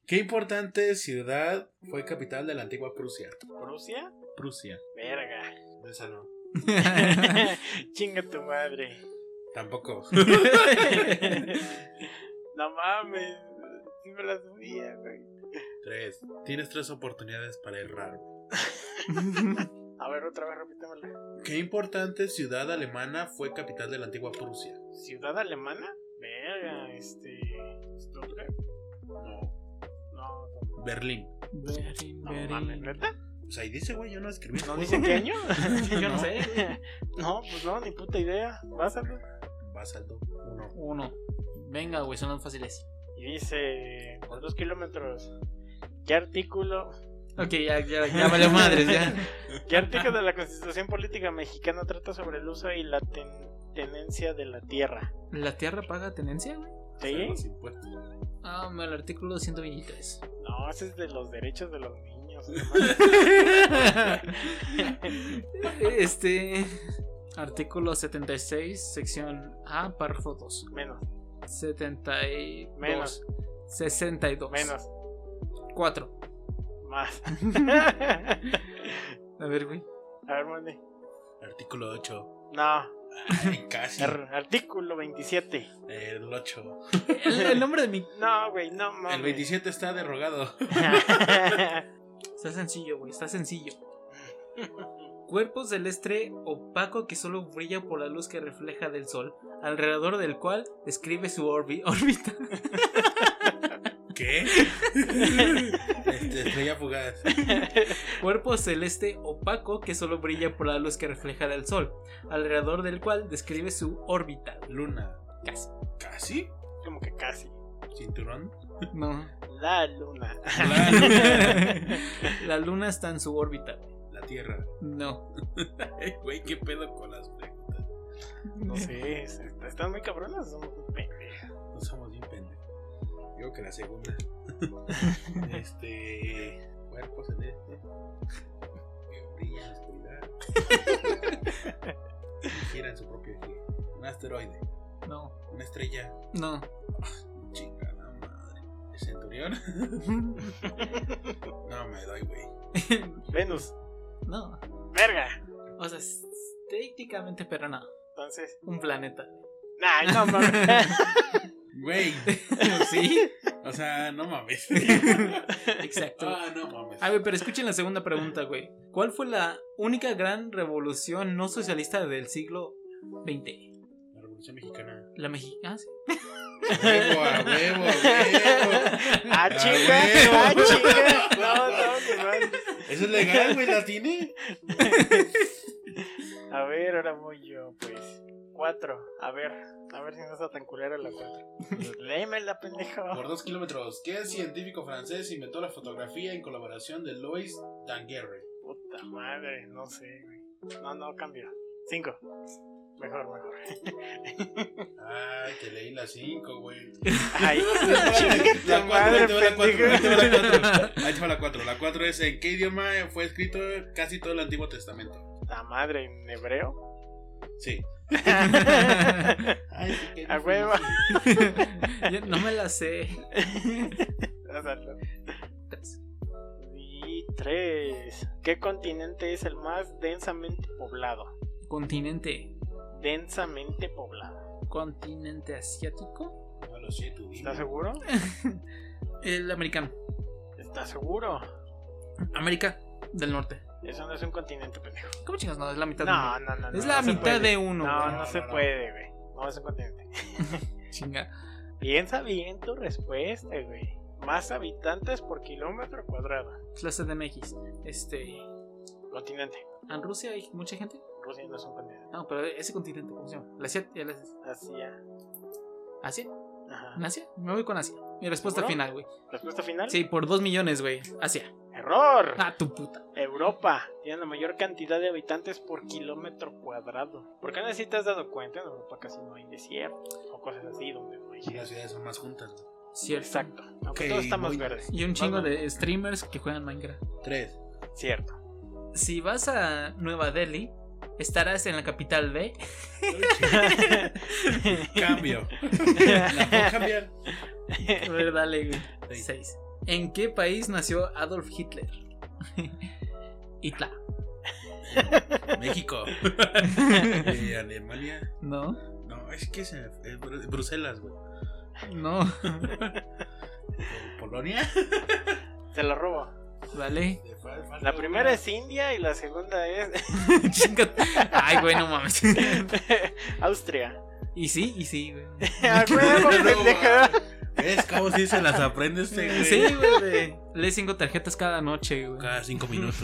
Speaker 3: ¿Qué importante ciudad fue capital de la antigua Prusia?
Speaker 2: ¿Prusia?
Speaker 3: Prusia.
Speaker 2: Verga.
Speaker 3: De esa no.
Speaker 2: Chinga tu madre.
Speaker 3: Tampoco.
Speaker 2: no mames. Sí me la subía, güey.
Speaker 3: tres. Tienes tres oportunidades para errar.
Speaker 2: A ver, otra vez, repítemela.
Speaker 3: ¿Qué importante ciudad alemana fue capital de la antigua Prusia?
Speaker 2: ¿Ciudad alemana? Verga, este. ¿Stuttgart?
Speaker 3: No.
Speaker 2: No,
Speaker 3: Berlín.
Speaker 1: Berin,
Speaker 2: no
Speaker 1: berin.
Speaker 2: mames, ¿neta?
Speaker 3: Pues ahí dice, güey, yo no escribí.
Speaker 2: ¿No dice qué año?
Speaker 1: Yo no
Speaker 3: No.
Speaker 1: sé.
Speaker 2: no, pues no, ni puta idea. Pásalo.
Speaker 3: Basalto. Uno.
Speaker 1: Uno. Venga, güey, son los fáciles.
Speaker 2: Y dice. Por dos kilómetros. ¿Qué artículo
Speaker 1: Ok, ya, ya, ya valió madres, ya.
Speaker 2: ¿Qué artículo de la Constitución Política Mexicana trata sobre el uso y la ten- tenencia de la tierra?
Speaker 1: ¿La tierra paga tenencia, güey?
Speaker 2: ¿Sí?
Speaker 3: Los impuestos.
Speaker 1: Ah, el artículo 123.
Speaker 2: No, ese es de los derechos de los niños.
Speaker 1: este. Artículo 76, sección A, párrafo 2.
Speaker 2: menos,
Speaker 1: 72.
Speaker 2: Menos.
Speaker 1: 62.
Speaker 2: menos,
Speaker 1: 4.
Speaker 2: más.
Speaker 1: A ver, güey.
Speaker 2: A ver, mande.
Speaker 3: Artículo 8.
Speaker 2: No,
Speaker 3: Ay, casi.
Speaker 2: ar- artículo 27.
Speaker 3: El 8.
Speaker 1: El, el nombre de mi.
Speaker 2: No, güey, no mames.
Speaker 3: El 27 está derogado.
Speaker 1: Está sencillo, güey. Está sencillo. Cuerpo celeste opaco que solo brilla por la luz que refleja del sol, alrededor del cual describe su orbi- órbita.
Speaker 3: ¿Qué? Este, estrella fugaz.
Speaker 1: Cuerpo celeste opaco que solo brilla por la luz que refleja del sol, alrededor del cual describe su órbita.
Speaker 3: Luna.
Speaker 1: Casi.
Speaker 3: ¿Casi?
Speaker 2: Como que casi.
Speaker 3: ¿Cinturón?
Speaker 1: No.
Speaker 2: La luna.
Speaker 3: La luna.
Speaker 1: La luna está en su órbita.
Speaker 3: La Tierra.
Speaker 1: No.
Speaker 3: Ay, Güey, ¿qué pedo con las preguntas?
Speaker 2: No sé, es- están muy cabronas. Son muy pendejas.
Speaker 3: No somos bien pendejos. Digo que la segunda. Este. Cuerpos en este. Que brilla en la oscuridad. Y Gira en su propio eje. Un asteroide.
Speaker 1: No.
Speaker 3: Una estrella.
Speaker 1: No.
Speaker 3: Chingada madre. ¿El centurión? No me doy, güey.
Speaker 2: Venus.
Speaker 1: No.
Speaker 2: Verga.
Speaker 1: O sea, s- técnicamente, pero no.
Speaker 2: Entonces.
Speaker 1: Un planeta.
Speaker 2: Nah, no mames. Ah,
Speaker 3: Güey.
Speaker 1: ¿Sí?
Speaker 3: O sea, no mames.
Speaker 1: Exacto.
Speaker 3: Ah, no mames.
Speaker 1: A ver, pero escuchen la segunda pregunta, güey. ¿Cuál fue la única gran revolución no socialista del siglo XX?
Speaker 3: La Revolución Mexicana.
Speaker 1: La ah, mexicana.
Speaker 3: A huevo, a huevo, a huevo.
Speaker 2: Ah,
Speaker 3: Ah,
Speaker 2: chica,
Speaker 3: güey.
Speaker 2: ah, chica. No, no, que mal.
Speaker 3: Eso es legal, güey, la tiene.
Speaker 2: A ver, ahora voy yo, pues. Cuatro, a ver, a ver si no está tan culera la cuatro. Léeme la pendejo.
Speaker 3: Por dos kilómetros. ¿Qué científico francés inventó la fotografía en colaboración de Lois Danguerre?
Speaker 2: Puta madre, no sé, güey. No, no, cambio. Cinco. Mejor, mejor.
Speaker 3: Ay, te leí las cinco, güey.
Speaker 2: Ay,
Speaker 3: La
Speaker 2: chica,
Speaker 3: cuatro,
Speaker 2: madre,
Speaker 3: ahí te va la cuatro, ahí te va
Speaker 2: pendejo.
Speaker 3: la cuatro. Ahí te va la cuatro. La cuatro es en qué idioma fue escrito casi todo el Antiguo Testamento.
Speaker 2: La madre, en hebreo.
Speaker 3: Sí. Ay, sí, qué
Speaker 2: A huevo.
Speaker 1: Yo no me la sé.
Speaker 2: Hazlo. Y tres. ¿Qué continente es el más densamente poblado?
Speaker 1: Continente.
Speaker 2: Densamente poblado.
Speaker 1: Continente asiático.
Speaker 3: No lo sé, tú dime.
Speaker 2: ¿Estás seguro?
Speaker 1: El americano.
Speaker 2: ¿Estás seguro?
Speaker 1: América del Norte.
Speaker 2: Eso no es un continente, pendejo.
Speaker 1: ¿Cómo chingas? No, es la mitad de uno.
Speaker 2: No, no, no.
Speaker 1: Es
Speaker 2: no,
Speaker 1: la
Speaker 2: no se
Speaker 1: mitad
Speaker 2: puede.
Speaker 1: de uno.
Speaker 2: No,
Speaker 1: güey.
Speaker 2: no,
Speaker 3: no,
Speaker 2: se
Speaker 3: no.
Speaker 2: puede, güey. No es un continente.
Speaker 1: Chinga.
Speaker 2: Piensa bien tu respuesta, güey. Más habitantes por kilómetro cuadrado.
Speaker 1: Es la CDMX. Este.
Speaker 2: Continente.
Speaker 1: ¿En Rusia hay mucha gente?
Speaker 2: Rusia no es un continente.
Speaker 1: No, pero ese continente, ¿cómo se llama? ¿La Asia? el-
Speaker 2: Asia.
Speaker 1: ¿Asia?
Speaker 2: Ajá.
Speaker 1: ¿En Asia? Me voy con Asia. Mi respuesta
Speaker 2: ¿Seguro?
Speaker 1: final, güey.
Speaker 2: ¿Respuesta final?
Speaker 1: Sí, por dos millones, güey. Asia.
Speaker 2: ¡Error!
Speaker 1: Ah, tu puta.
Speaker 2: Europa tiene la mayor cantidad de habitantes por kilómetro cuadrado. ¿Por qué no si te has dado cuenta? En Europa casi no hay desierto o cosas así donde no hay
Speaker 3: Y Las
Speaker 2: gente.
Speaker 3: ciudades son más juntas. ¿no?
Speaker 1: Cierto.
Speaker 2: Exacto. Aunque
Speaker 3: Ok,
Speaker 2: todo está más
Speaker 3: voy.
Speaker 2: verde.
Speaker 1: Y un chingo
Speaker 2: Bueno.
Speaker 1: de streamers que juegan Minecraft.
Speaker 3: Tres.
Speaker 2: Cierto.
Speaker 1: Si vas a Nueva Delhi, estarás en la capital de.
Speaker 3: Cambio. La puedo cambiar.
Speaker 1: A ver, dale, güey.
Speaker 3: Seis.
Speaker 1: Seis. ¿En qué país nació Adolf Hitler? Hitler.
Speaker 3: México. Eh, Alemania.
Speaker 1: No,
Speaker 3: No, es que se- es Bru- Bruselas, güey.
Speaker 1: no.
Speaker 3: Polonia.
Speaker 2: Te lo robo.
Speaker 1: Vale.
Speaker 2: La primera es India y la segunda es
Speaker 1: Chinga- Ay, güey, no mames.
Speaker 2: Austria.
Speaker 1: Y sí, y sí, güey.
Speaker 2: ¡A huevo, pendejo!
Speaker 3: Es como si se las aprende este, güey.
Speaker 1: Sí, güey. de- Lee cinco tarjetas cada noche, güey.
Speaker 3: Cada cinco minutos.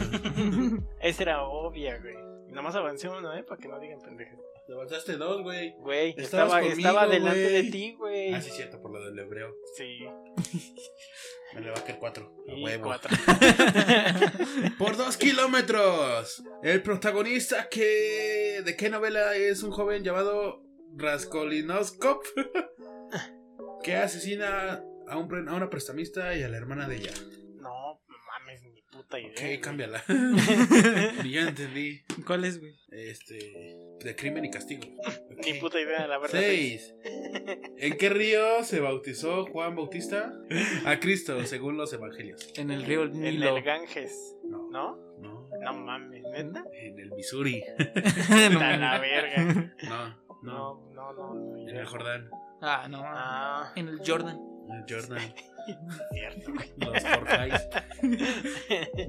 Speaker 2: Esa era obvia, güey. Nomás avancé uno, ¿eh? Para que no digan pendejo.
Speaker 3: Te avanzaste dos, güey.
Speaker 2: Güey,
Speaker 3: Estabas
Speaker 2: estaba, estaba
Speaker 3: conmigo,
Speaker 2: delante de
Speaker 3: güey.
Speaker 2: ti, güey.
Speaker 3: Ah, sí, cierto, por lo del hebreo.
Speaker 2: Sí.
Speaker 3: Me le va a caer cuatro. A
Speaker 2: Y
Speaker 3: huevo.
Speaker 2: cuatro.
Speaker 3: Por dos kilómetros. El protagonista que. ¿De qué novela es un joven llamado Raskolinoskov? que asesina a, un, pre- a una prestamista y a la hermana de ella.
Speaker 2: No mames, ni puta idea. güey.
Speaker 3: Ok, cámbiala. Ni yo entendí.
Speaker 1: ¿Cuál es, güey?
Speaker 3: Este. De crimen y castigo.
Speaker 2: Ni puta idea, la verdad.
Speaker 3: Seis. ¿En qué río se bautizó Juan Bautista? A Cristo, según los evangelios.
Speaker 1: En el río
Speaker 2: En
Speaker 1: Nilo.
Speaker 2: el Ganges,
Speaker 3: No,
Speaker 2: ¿no?
Speaker 3: no.
Speaker 2: No mames, neta.
Speaker 3: En el Missouri.
Speaker 1: No
Speaker 2: A la
Speaker 1: mames.
Speaker 2: verga.
Speaker 3: No, no.
Speaker 2: No, no, no. no,
Speaker 3: En
Speaker 2: ya.
Speaker 3: el Jordán.
Speaker 1: Ah, no.
Speaker 2: Ah,
Speaker 1: En el Jordan.
Speaker 3: En el Jordan.
Speaker 2: cierto, güey.
Speaker 3: Los Jorjais.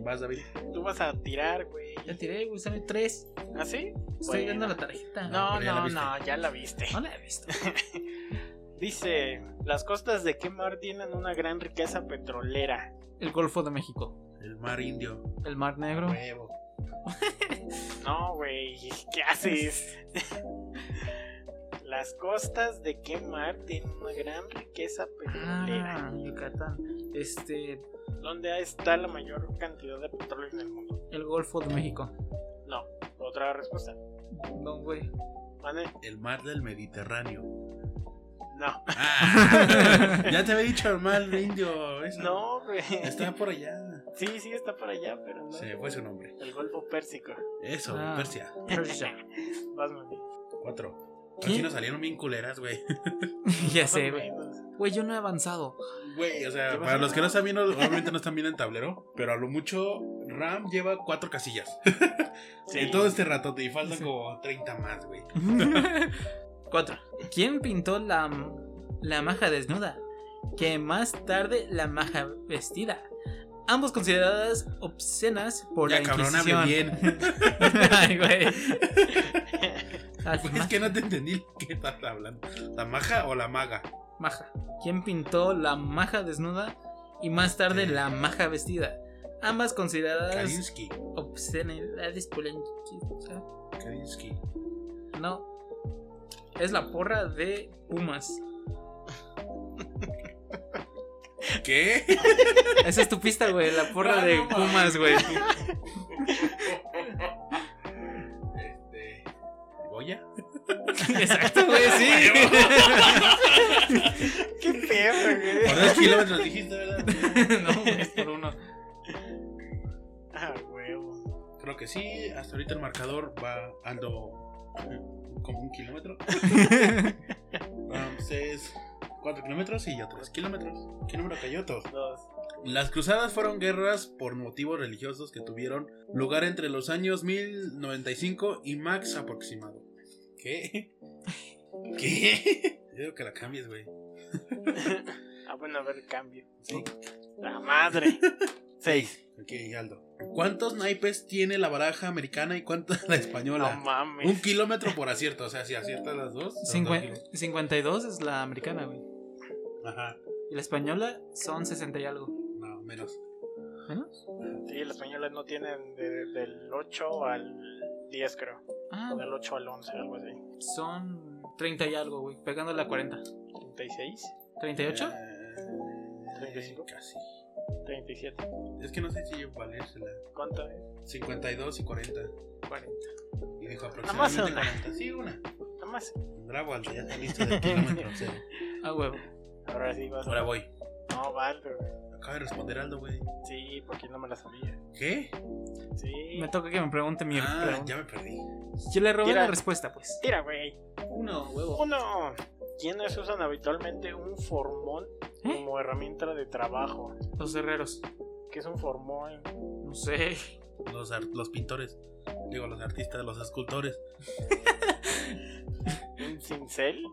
Speaker 3: Vas, David.
Speaker 2: Tú vas a tirar, güey.
Speaker 1: Ya tiré, güey. Sale tres.
Speaker 2: ¿Ah, sí?
Speaker 1: Estoy
Speaker 2: Bueno.
Speaker 1: viendo la tarjeta.
Speaker 2: No,
Speaker 3: pero ya la
Speaker 2: no,
Speaker 3: viste.
Speaker 2: no, ya la viste.
Speaker 1: No la he visto.
Speaker 2: Dice: Las costas de qué mar tienen una gran riqueza petrolera.
Speaker 1: El Golfo de México.
Speaker 3: El mar indio.
Speaker 1: El Mar Negro.
Speaker 3: Huevo.
Speaker 2: No, güey, ¿qué haces? Las costas de qué mar tienen una gran riqueza petrolera.
Speaker 1: Ah, Yucatán. Este.
Speaker 2: ¿Dónde está la mayor cantidad de petróleo en el mundo?
Speaker 1: El Golfo de México.
Speaker 2: No, otra respuesta.
Speaker 1: No, güey.
Speaker 2: ¿Vale?
Speaker 3: El mar del Mediterráneo.
Speaker 2: No,
Speaker 3: Ah, ya te había dicho el mar indio. eso.
Speaker 2: no, güey.
Speaker 3: Está por allá.
Speaker 2: Sí, sí, está para allá, pero no.
Speaker 3: Se fue su nombre.
Speaker 2: El Golfo Pérsico.
Speaker 3: Eso,
Speaker 1: Ah.
Speaker 3: Persia.
Speaker 1: Persia.
Speaker 2: Vas, mami.
Speaker 3: Cuatro.
Speaker 1: ¿Qué?
Speaker 3: Así nos salieron bien culeras, güey.
Speaker 1: ya
Speaker 2: Más
Speaker 1: sé,
Speaker 2: o
Speaker 1: güey.
Speaker 2: menos.
Speaker 1: Güey, yo no he avanzado.
Speaker 3: Güey, o sea,
Speaker 2: ¿Qué
Speaker 3: para
Speaker 2: pasó?
Speaker 3: los que no están viendo, obviamente no están viendo el tablero, pero a lo mucho Ram lleva cuatro casillas.
Speaker 2: Sí.
Speaker 3: En todo este rato te faltan
Speaker 1: Sí.
Speaker 3: como 30 más, güey.
Speaker 1: Cuatro. ¿Quién pintó la, la maja desnuda? Que más tarde la maja vestida. Ambos consideradas obscenas por
Speaker 3: Ya,
Speaker 1: la
Speaker 3: cabrón,
Speaker 1: Inquisición.
Speaker 3: hable bien.
Speaker 1: Ay, güey. Ah,
Speaker 3: Güey, Pues es
Speaker 1: ma-
Speaker 3: que no te entendí qué estás hablando. ¿La maja o la maga?
Speaker 1: Maja. ¿Quién pintó la maja desnuda y más tarde la maja vestida? Ambas consideradas
Speaker 3: Kalinsky.
Speaker 1: obscenidades por la Inquisición.
Speaker 3: Kalinsky.
Speaker 1: No. Es la porra de Pumas.
Speaker 3: ¿Qué?
Speaker 1: Esa es tu pista, güey. La porra
Speaker 3: Ah,
Speaker 1: de
Speaker 3: no mames.
Speaker 1: Pumas, güey.
Speaker 3: Este. ¿Goya?
Speaker 1: Exacto, güey, sí.
Speaker 2: Qué perro,
Speaker 3: Por
Speaker 2: güey.
Speaker 3: dos kilómetros dijiste, ¿verdad?
Speaker 1: no, güey, es por uno.
Speaker 2: Ah, huevo.
Speaker 3: Creo que sí. Hasta ahorita el marcador va ando. como un kilómetro. Entonces, cuatro kilómetros y yo tres kilómetros. ¿Qué número cayó todo?
Speaker 2: Dos.
Speaker 3: Las cruzadas fueron guerras por motivos religiosos que tuvieron lugar entre los años 1095 y max aproximado. ¿Qué? ¿Qué? Yo digo que la cambies, güey.
Speaker 2: Ah, bueno, a ver, cambio.
Speaker 3: Sí.
Speaker 2: La madre. Seis.
Speaker 3: Ok, Aldo. ¿Cuántos naipes tiene la baraja americana y cuántas la española?
Speaker 2: No mames.
Speaker 3: Un kilómetro por acierto, o sea, si aciertas las dos. son
Speaker 1: Cincuen-
Speaker 3: dos
Speaker 1: 52 es la americana, güey.
Speaker 3: kilos. Ajá,
Speaker 1: Y la española son 60 y algo.
Speaker 3: no, menos.
Speaker 1: ¿Menos?
Speaker 2: Sí, los españoles no tienen de- del 8 al 10, creo.
Speaker 1: Ah,
Speaker 2: O del 8 al 11, algo así.
Speaker 1: son 30 y algo, güey. Pegándole a 40.
Speaker 2: 36,
Speaker 1: ¿38?
Speaker 3: Eh,
Speaker 2: 35.
Speaker 3: Casi.
Speaker 2: 37.
Speaker 3: Es que no sé si yo vale es la
Speaker 2: ¿Cuánto es?
Speaker 3: 52 y 40.
Speaker 1: 40.
Speaker 3: Y dijo
Speaker 2: Nada más
Speaker 3: aproximadamente
Speaker 2: una.
Speaker 3: 40. Sí, una.
Speaker 2: Nada más.
Speaker 3: Bravo, Aldo, ya está listo del kilómetro cero.
Speaker 1: Ah, huevo.
Speaker 2: Ahora sí vas.
Speaker 3: Ahora voy.
Speaker 2: No, Valdo.
Speaker 3: Acaba de responder Aldo, güey.
Speaker 2: Sí, porque no me la sabía.
Speaker 3: ¿Qué?
Speaker 2: Sí.
Speaker 1: Me toca que me pregunte mi
Speaker 3: Ah,
Speaker 1: pregunta.
Speaker 3: ya me perdí.
Speaker 1: Yo le robé
Speaker 2: Tira.
Speaker 1: la respuesta, pues.
Speaker 2: Tira, güey.
Speaker 1: Uno, huevo.
Speaker 2: Uno. ¿Quiénes usan habitualmente un formón
Speaker 1: ¿Eh?
Speaker 2: como herramienta de trabajo?
Speaker 1: Los herreros.
Speaker 2: ¿Qué es un formón?
Speaker 1: No sé.
Speaker 3: Los, ar- los pintores. Digo, los artistas, los escultores.
Speaker 2: ¿Un cincel?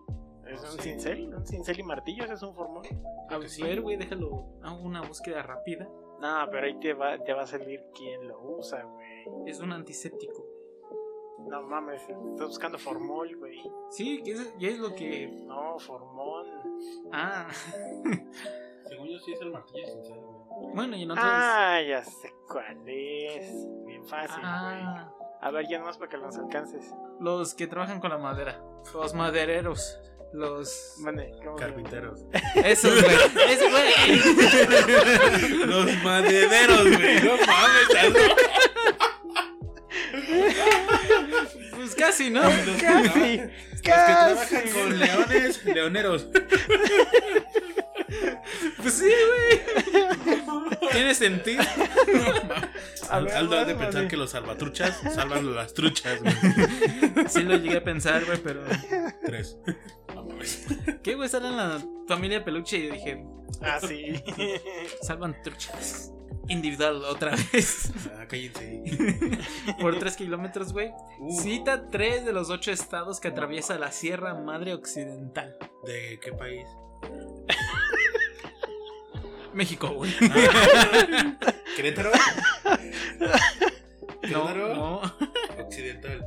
Speaker 2: ¿Es
Speaker 3: No
Speaker 2: un
Speaker 3: sé.
Speaker 2: cincel? ¿Un cincel y martillos es un formón?
Speaker 1: A
Speaker 3: Creo que sí.
Speaker 1: ver, güey, déjalo. Hago una búsqueda rápida.
Speaker 2: No, pero ahí te va, te va a salir quién lo usa, güey.
Speaker 1: Es un antiséptico.
Speaker 2: No mames, estás buscando formol, güey.
Speaker 1: Sí, que es, ya es lo que.
Speaker 2: No, formón.
Speaker 1: Ah,
Speaker 3: Según yo, sí es el martillo sincero, güey.
Speaker 1: bueno, y no
Speaker 2: Ah, ya sé cuál es. Bien fácil, güey.
Speaker 1: Ah,
Speaker 2: A ver, ya nomás para que los alcances.
Speaker 1: los que trabajan con la madera. Los madereros. Los.
Speaker 2: Mande, ¿cómo se llama?
Speaker 3: Carpinteros.
Speaker 1: Esos, güey. Esos, güey.
Speaker 3: Los madereros, güey. No mames, Aldo.
Speaker 1: Pues casi, ¿no?
Speaker 3: Los que trabajan- Los que
Speaker 2: Casi, casi.
Speaker 3: trabajan con leones, leoneros.
Speaker 1: Pues sí, güey. Tiene sentido.
Speaker 2: A ver,
Speaker 3: Aldo ha de
Speaker 2: mándale.
Speaker 3: pensar que los salvatruchas salvan las truchas, güey.
Speaker 1: Sí lo llegué a pensar, güey, pero.
Speaker 3: Tres. No mames.
Speaker 1: ¿Qué, güey? Sale en la familia peluche y yo dije,
Speaker 2: Ah, sí.
Speaker 1: salvan truchas. Individual otra vez.
Speaker 3: Ah, cállense.
Speaker 1: Por 3 kilómetros, güey.
Speaker 3: Uh,
Speaker 1: Cita 3 de los 8 estados que atraviesa la Sierra Madre Occidental.
Speaker 3: ¿De qué país?
Speaker 1: México, güey.
Speaker 3: ¿Querétaro?
Speaker 1: No,
Speaker 3: ¿Querétaro?
Speaker 1: no.
Speaker 3: Occidental.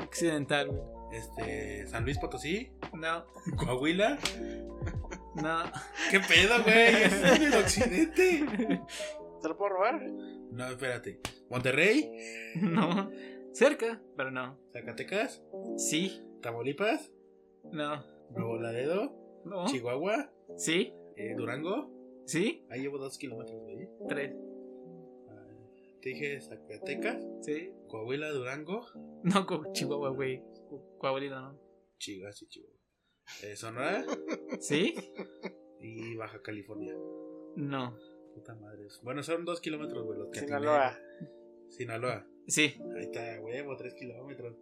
Speaker 1: Occidental, güey.
Speaker 3: Este. San Luis Potosí.
Speaker 1: No,
Speaker 3: Coahuila.
Speaker 1: no.
Speaker 3: ¿Qué pedo, güey? ¿Es en el occidente?
Speaker 2: ¿Te lo puedo robar?
Speaker 3: No, espérate. Monterrey.
Speaker 1: No. Cerca, pero no.
Speaker 3: Zacatecas.
Speaker 1: Sí,
Speaker 3: Tamaulipas.
Speaker 1: no.
Speaker 3: Nuevo Laredo.
Speaker 1: No.
Speaker 3: Chihuahua.
Speaker 1: Sí,
Speaker 3: eh, Durango.
Speaker 1: sí.
Speaker 3: Ahí llevo dos kilómetros, güey.
Speaker 1: Tres.
Speaker 3: Ah, Te dije Zacatecas.
Speaker 1: Sí.
Speaker 3: Coahuila, Durango.
Speaker 1: No, con Chihuahua, güey. Cu- Coahuila, no.
Speaker 3: Chigas y Chihuahua. Eh, Sonora.
Speaker 1: ¿Sí?
Speaker 3: Y Baja California.
Speaker 1: No.
Speaker 3: Puta madre. Bueno, son dos kilómetros, güey. Los que atiné.
Speaker 2: Sinaloa.
Speaker 3: Sinaloa.
Speaker 1: Sí,
Speaker 3: Ahí está, huevo, tres kilómetros.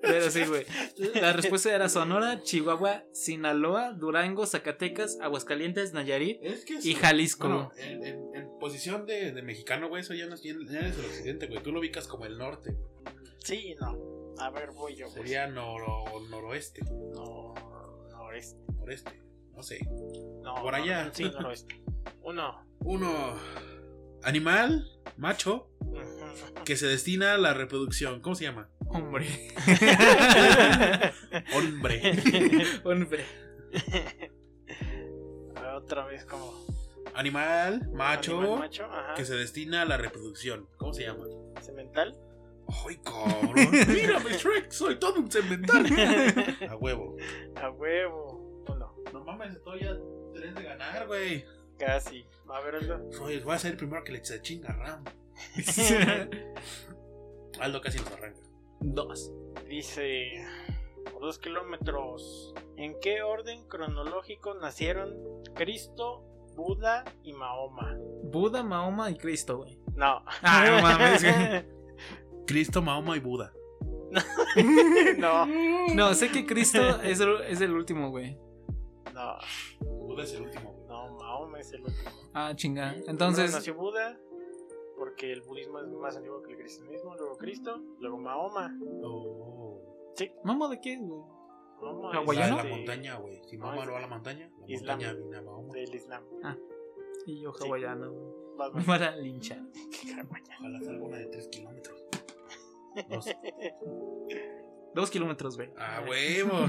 Speaker 1: pero sí, güey. La respuesta era Sonora, Chihuahua, Sinaloa, Durango, Zacatecas, Aguascalientes, Nayarit
Speaker 3: es que.
Speaker 1: y Jalisco.
Speaker 3: Bueno, en, en- en posición de, de mexicano, güey, eso ya no es, ya no es el occidente, güey. Tú lo ubicas como el norte.
Speaker 2: Sí, no. A ver, voy yo. güey.
Speaker 3: Sería noro, noroeste,
Speaker 2: No, noreste.
Speaker 3: noreste. No sé.
Speaker 2: No,
Speaker 3: Por allá.
Speaker 2: no, sí, noroeste. Uno.
Speaker 3: Uno. Animal, macho, que se destina a la reproducción. ¿Cómo se llama?
Speaker 1: Hombre.
Speaker 3: Hombre.
Speaker 1: Hombre.
Speaker 2: Otra vez como.
Speaker 3: Animal, macho,
Speaker 2: Animal macho, ajá.
Speaker 3: que se destina a la reproducción. ¿Cómo se llama?
Speaker 2: Cemental.
Speaker 3: ¡Ay, cabrón! ¡Mírame, Shrek! ¡Soy todo un cemental! A huevo.
Speaker 2: A huevo. Uno.
Speaker 3: No mames, estoy a tres de ganar, güey.
Speaker 2: Casi. A ver, Aldo.
Speaker 3: Soy, voy a ser el primero que le se chinga a Ram. Aldo casi nos arranca.
Speaker 1: Dos.
Speaker 2: Dice. Dos kilómetros. ¿En qué orden cronológico nacieron Cristo, Buda y Mahoma?
Speaker 1: Buda, Mahoma y Cristo, güey.
Speaker 2: No.
Speaker 1: Ah, no mames, güey.
Speaker 3: Cristo, Mahoma y Buda.
Speaker 2: No,
Speaker 1: No, sé que Cristo es el, es el último, güey.
Speaker 2: no,
Speaker 4: Buda es el último. güey.
Speaker 2: no, Mahoma es el último.
Speaker 1: Ah, chinga.
Speaker 2: Primero
Speaker 1: Entonces,
Speaker 2: nació Buda, porque el budismo es más antiguo que el cristianismo, luego Cristo, luego Mahoma.
Speaker 4: Oh.
Speaker 1: ¿mamo de qué, güey?
Speaker 2: Mahoma es
Speaker 4: La de
Speaker 1: ¿Hawaiano?
Speaker 4: la
Speaker 2: de-
Speaker 4: montaña, güey. Si
Speaker 2: No,
Speaker 4: mamá
Speaker 2: es
Speaker 4: lo va a
Speaker 2: de-
Speaker 4: la montaña, la
Speaker 2: Islam.
Speaker 4: montaña viene a Mahoma.
Speaker 2: Del Islam.
Speaker 1: Y yo
Speaker 2: Sí.
Speaker 1: hawaiano, güey. Me
Speaker 2: Batman.
Speaker 1: van a linchar.
Speaker 4: Ojalá salga una de 3 kilómetros. Dos.
Speaker 1: Dos kilómetros, güey.
Speaker 3: Ah, huevo.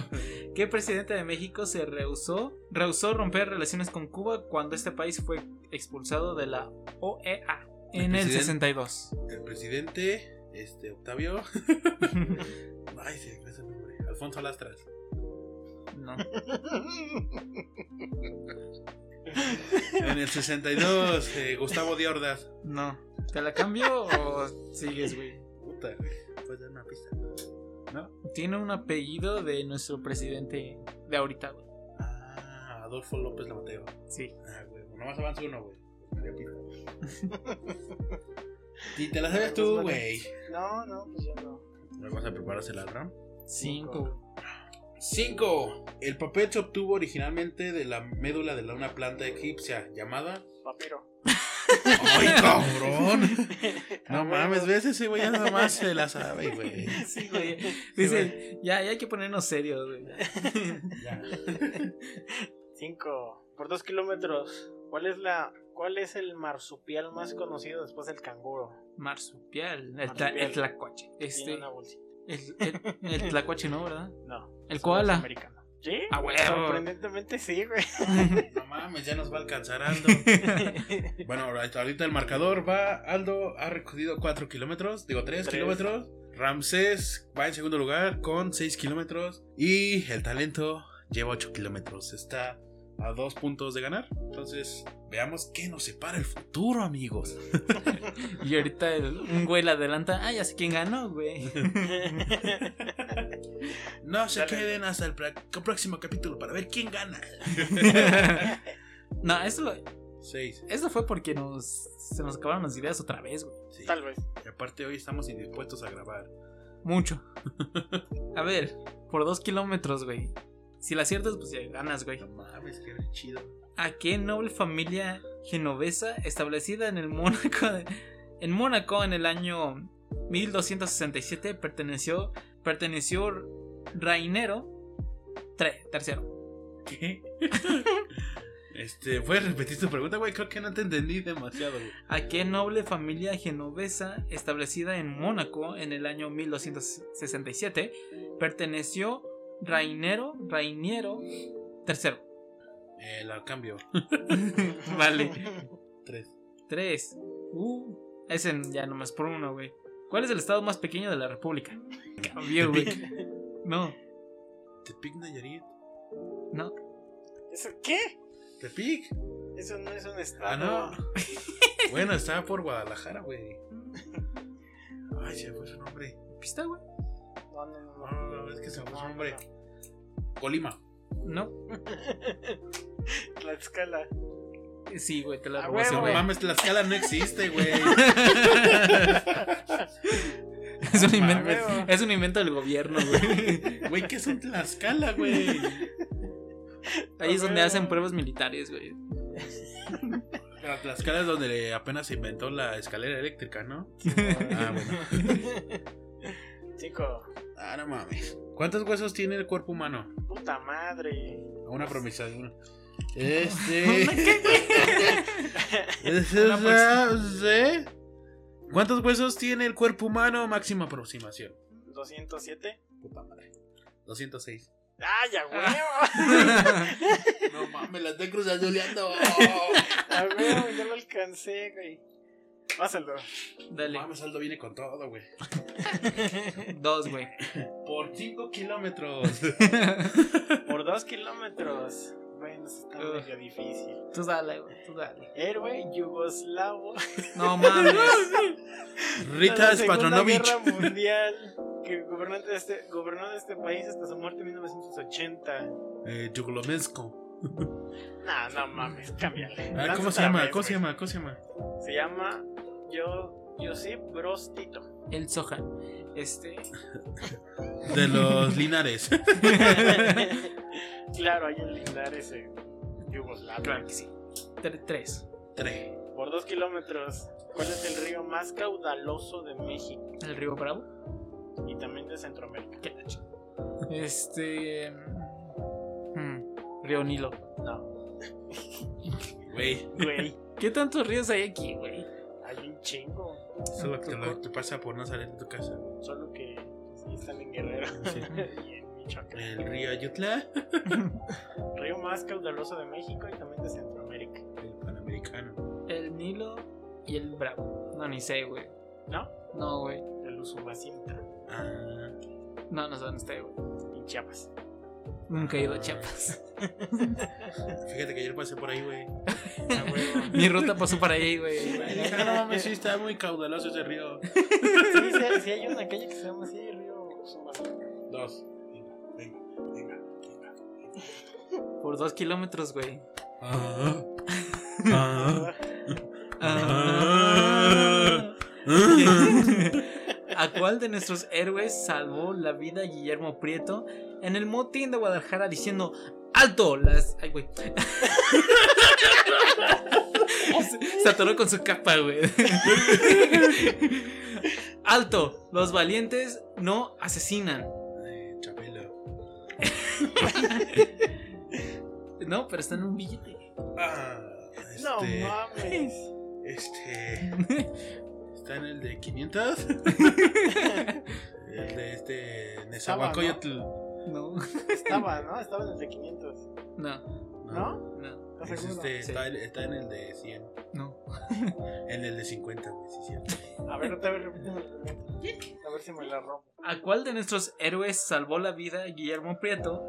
Speaker 1: ¿Qué presidente de México se rehusó, rehusó romper relaciones con Cuba cuando este país fue expulsado de la OEA en
Speaker 3: El
Speaker 1: el
Speaker 3: presidente.
Speaker 1: 62?
Speaker 3: El presidente, este, Octavio. Ay, se me hace el nombre. Alfonso Lastras.
Speaker 1: no.
Speaker 3: En el 62, eh, Gustavo Diordas.
Speaker 1: No. ¿Te la cambio o sigues, güey?
Speaker 3: Puta, güey. Puedes dar una pista.
Speaker 1: Tiene un apellido de nuestro presidente de ahorita, güey.
Speaker 3: Ah, Adolfo López Lamateo.
Speaker 1: Sí.
Speaker 3: Ah, güey. Nomás avanza uno, güey. María Pita. Y te la sabes tú, güey.
Speaker 2: No, no, pues yo no.
Speaker 3: Vamos a prepararse la RAM.
Speaker 1: Cinco.
Speaker 3: 5. El papel se obtuvo originalmente de la médula de la- una planta egipcia llamada.
Speaker 2: Papiro.
Speaker 3: ¡Ay, cabrón!
Speaker 2: Ah,
Speaker 3: No
Speaker 2: bueno.
Speaker 3: mames, ves ese güey, ya nada más se la sabe, güey.
Speaker 1: Sí, güey. Dice, ya, ya hay que ponernos serios, güey.
Speaker 3: Ya.
Speaker 2: Cinco. Por dos kilómetros. ¿Cuál es la... ¿Cuál es el marsupial más conocido después del canguro?
Speaker 1: Marsupial. El, tla-
Speaker 2: Marsupial.
Speaker 1: el tlacuache.
Speaker 2: Tiene
Speaker 1: Este.
Speaker 2: una bolsita.
Speaker 1: El, el, el tlacuache, ¿no, verdad?
Speaker 2: No.
Speaker 1: El
Speaker 2: es
Speaker 1: koala.
Speaker 2: americano. ¿Sí?
Speaker 1: Ah, huevo.
Speaker 2: Sorprendentemente sí, güey.
Speaker 3: No mames, ya nos va alcanzarando. Bueno, ahorita ahorita el marcador va. Aldo ha recogido 4 kilómetros, digo 3
Speaker 2: Tres.
Speaker 3: kilómetros. Ramsés va en segundo lugar con 6 kilómetros. Y el talento lleva 8 kilómetros. Está a 2 puntos de ganar. Entonces, veamos qué nos separa el futuro, amigos.
Speaker 1: Y ahorita el- un güey la adelanta. Ah, ya sé quién ganó, güey.
Speaker 3: No se
Speaker 2: Dale.
Speaker 3: queden hasta el pra- próximo capítulo para ver quién gana.
Speaker 1: No, eso,
Speaker 3: 6.
Speaker 1: eso fue porque nos, se nos acabaron las ideas otra vez, güey.
Speaker 2: Tal vez.
Speaker 3: Y aparte, hoy estamos indispuestos a grabar.
Speaker 1: Mucho. A ver, por dos kilómetros, güey. Si la aciertas, pues ya ganas, güey.
Speaker 3: No mames, qué chido.
Speaker 1: ¿A qué noble familia genovesa establecida en el Mónaco de- en Mónaco en el año 1267 perteneció perteneció Rainero tre- tercero?
Speaker 3: ¿Qué? este, ¿puedes repetir tu pregunta, güey? Creo que no te entendí demasiado, güey.
Speaker 1: ¿A qué noble familia genovesa establecida en Mónaco en el año 1267 perteneció Rainero Rainiero tercero?
Speaker 3: Eh, la cambio.
Speaker 1: vale.
Speaker 3: Tres.
Speaker 1: Tres. Uh, ese ya nomás por uno, güey. ¿Cuál es el estado más pequeño de la República? Cambió, güey. No,
Speaker 3: Tepic Nayarit.
Speaker 1: no.
Speaker 2: ¿Eso qué?
Speaker 3: Tepic.
Speaker 2: Eso no es un estado.
Speaker 3: Ah, no. bueno, estaba por Guadalajara, güey. Ay, se me fue su nombre.
Speaker 1: ¿Pista, güey?
Speaker 2: No, no, no,
Speaker 3: No,
Speaker 2: no.
Speaker 3: no, es que se me fue su
Speaker 2: No,
Speaker 3: nombre. Colima.
Speaker 1: No.
Speaker 2: La escala.
Speaker 1: Sí, güey, te la
Speaker 2: A
Speaker 1: robó ese
Speaker 2: huevo.
Speaker 3: No
Speaker 1: güey.
Speaker 3: mames, Tlaxcala no existe, güey.
Speaker 1: Es un, invento,
Speaker 2: A huevo.
Speaker 1: es un invento del gobierno, güey.
Speaker 3: Güey, ¿qué es un Tlaxcala, güey?
Speaker 1: Ahí es
Speaker 2: A
Speaker 1: donde
Speaker 2: huevo.
Speaker 1: hacen pruebas militares, güey.
Speaker 3: La Tlaxcala es donde apenas se inventó la escalera eléctrica, ¿no? Ah, bueno.
Speaker 2: Chico,
Speaker 3: Ah, no mames. ¿Cuántos huesos tiene el cuerpo humano?
Speaker 2: puta madre.
Speaker 3: Una promesa de una. Este.
Speaker 1: Una prox-
Speaker 3: ¿Sí? ¿Cuántos huesos tiene el cuerpo humano? Máxima aproximación.
Speaker 2: 207.
Speaker 3: Puta madre. 206.
Speaker 2: ¡Ay, ¡Ah, ya huevo!
Speaker 3: No mames, la estoy cruzazuleando.
Speaker 2: A huevo, ya lo alcancé, güey. Pásalo.
Speaker 1: Dale.
Speaker 3: Mames, Aldo viene con todo, güey.
Speaker 1: Dos, güey.
Speaker 3: Por 5 kilómetros.
Speaker 2: Por dos kilómetros. Bueno, eso está
Speaker 1: Ugh.
Speaker 2: medio difícil.
Speaker 1: Tú dale, güey. Tú dale.
Speaker 2: Héroe yugoslavo.
Speaker 1: No mames.
Speaker 2: de
Speaker 3: Rita
Speaker 2: la Segunda
Speaker 3: Spatronovich.
Speaker 2: Guerra mundial. Que gobernante de este, gobernó de este país hasta su muerte en 1980.
Speaker 3: Eh, Yuglomensko.
Speaker 2: No, no mames, cámbiale.
Speaker 3: Ah, ¿Cómo
Speaker 2: Lánzate
Speaker 3: se
Speaker 2: a
Speaker 3: llama?
Speaker 2: ver,
Speaker 3: ¿Cómo se
Speaker 2: güey.
Speaker 3: llama? ¿Cómo se llama?
Speaker 2: Se llama Yo Josip Broz Tito.
Speaker 1: El Soja. Este.
Speaker 3: De los Linares.
Speaker 2: claro, hay un Linares en Yugoslavia.
Speaker 1: Claro que sí. Tre- tres.
Speaker 3: Tres.
Speaker 2: Por dos kilómetros, ¿cuál es el río más caudaloso de México
Speaker 1: El río Bravo.
Speaker 2: y también de Centroamérica?
Speaker 1: Qué la ch- Este. mm, Río Nilo.
Speaker 2: No,
Speaker 3: Güey,
Speaker 2: güey,
Speaker 1: ¿Qué tantos ríos hay aquí, güey?
Speaker 2: hay un chingo.
Speaker 3: solo que lo que pasa por no salir de tu casa.
Speaker 2: Solo que sí están en Guerrero
Speaker 3: Sí.
Speaker 2: y en Michoacán.
Speaker 3: El río Ayutla.
Speaker 2: Río más caudaloso de México y también de Centroamérica.
Speaker 3: El Panamericano.
Speaker 1: El Nilo y el Bravo. No, ni sé, güey.
Speaker 2: ¿No?
Speaker 1: No, güey.
Speaker 2: El Usumacinta
Speaker 3: Ah,
Speaker 1: No, no sé dónde está, güey.
Speaker 2: en Chiapas.
Speaker 1: Nunca he ido a Chiapas.
Speaker 3: fíjate que ayer pasé por ahí, güey.
Speaker 2: Ah, güey.
Speaker 1: Mi ruta pasó para ahí, güey.
Speaker 3: Dije, "Ah, No mames, sí está muy caudaloso ese río.
Speaker 2: Sí, sí, sí hay una calle que se llama así, Río Usumacinta.
Speaker 3: Dos. Venga, venga, venga, venga.
Speaker 1: Por dos kilómetros, güey.
Speaker 3: Ah. Ah. Ah.
Speaker 1: Ah. ¿A cuál de nuestros héroes salvó la vida Guillermo Prieto en el motín de Guadalajara diciendo ¡Alto! Las. Ay, güey. Se- Se atoró con su capa, güey. ¡Alto! Los valientes no asesinan.
Speaker 3: Eh, Chabelo.
Speaker 1: No, pero está en un billete.
Speaker 3: Ah,
Speaker 2: No
Speaker 3: este,
Speaker 2: mames.
Speaker 3: Este. Está en el de 500. el de este. Nezahualcóyotl.
Speaker 1: No,
Speaker 2: Estaba, ¿no? Estaba desde 500.
Speaker 1: no, Ah,
Speaker 2: ¿No?
Speaker 1: no,
Speaker 2: ¿Estás
Speaker 3: Es
Speaker 2: seguro?
Speaker 3: este,
Speaker 1: Sí.
Speaker 3: está, está en el de 100.
Speaker 1: no.
Speaker 3: En el de 50, güey, sí, cierto.
Speaker 2: A ver, otra vez repíteme. A ver si me la rompo.
Speaker 1: ¿A cuál de nuestros héroes salvó la vida Guillermo Prieto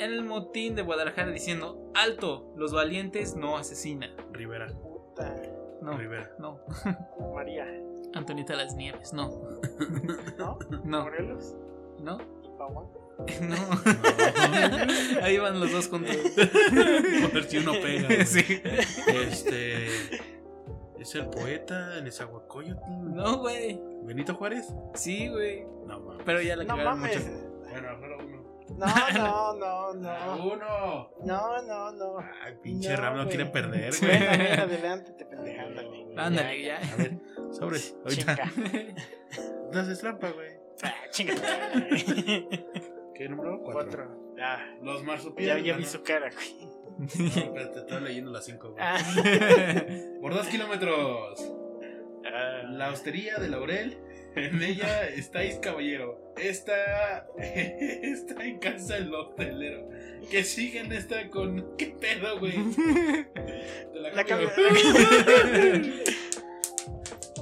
Speaker 1: en el motín de Guadalajara diciendo alto, los valientes no asesinan?
Speaker 3: Rivera,
Speaker 2: Puta.
Speaker 1: No,
Speaker 3: Rivera.
Speaker 1: no.
Speaker 2: María,
Speaker 1: Antonieta Las Nieves, no,
Speaker 2: ¿no?
Speaker 1: no,
Speaker 2: Morelos
Speaker 1: no,
Speaker 2: y Pahuán.
Speaker 1: no. Ahí van los dos juntos.
Speaker 3: A ver si uno pega. güey.
Speaker 1: Sí.
Speaker 3: Este. Es el poeta, Nezahualcóyotl.
Speaker 1: No, güey.
Speaker 3: Benito Juárez.
Speaker 1: Sí, güey.
Speaker 3: No mames.
Speaker 1: Pero ya la
Speaker 2: No
Speaker 1: cagaron
Speaker 2: mames.
Speaker 1: mucho.
Speaker 3: Bueno, solo uno.
Speaker 2: No, no, no,
Speaker 3: Uh.
Speaker 2: no.
Speaker 3: ¡Uno!
Speaker 2: No, no, no.
Speaker 3: Ay, pinche
Speaker 2: No,
Speaker 3: Ram no
Speaker 2: güey.
Speaker 3: quiere perder,
Speaker 1: Sí.
Speaker 3: güey.
Speaker 2: Ándale, adelante, te pendeja, ándale.
Speaker 1: Ándale, ya.
Speaker 3: A ver, sobre. Pues, Ahorita.
Speaker 2: Chinga.
Speaker 3: No haces trampa, güey.
Speaker 2: Ah, chinga.
Speaker 3: ¿Qué número?
Speaker 2: Cuatro. Ah,
Speaker 3: Los
Speaker 2: ya,
Speaker 3: marsupiales.
Speaker 2: ya vi su cara, güey.
Speaker 3: te estaba leyendo las cinco, güey.
Speaker 2: Ah.
Speaker 3: Por dos kilómetros.
Speaker 2: Ah.
Speaker 3: La hostería de Laurel, en ella estáis caballero. Está, está en casa el hostelero. Que siguen esta con... ¿Qué pedo, güey? Te la
Speaker 2: La
Speaker 3: cambio.
Speaker 2: cambio.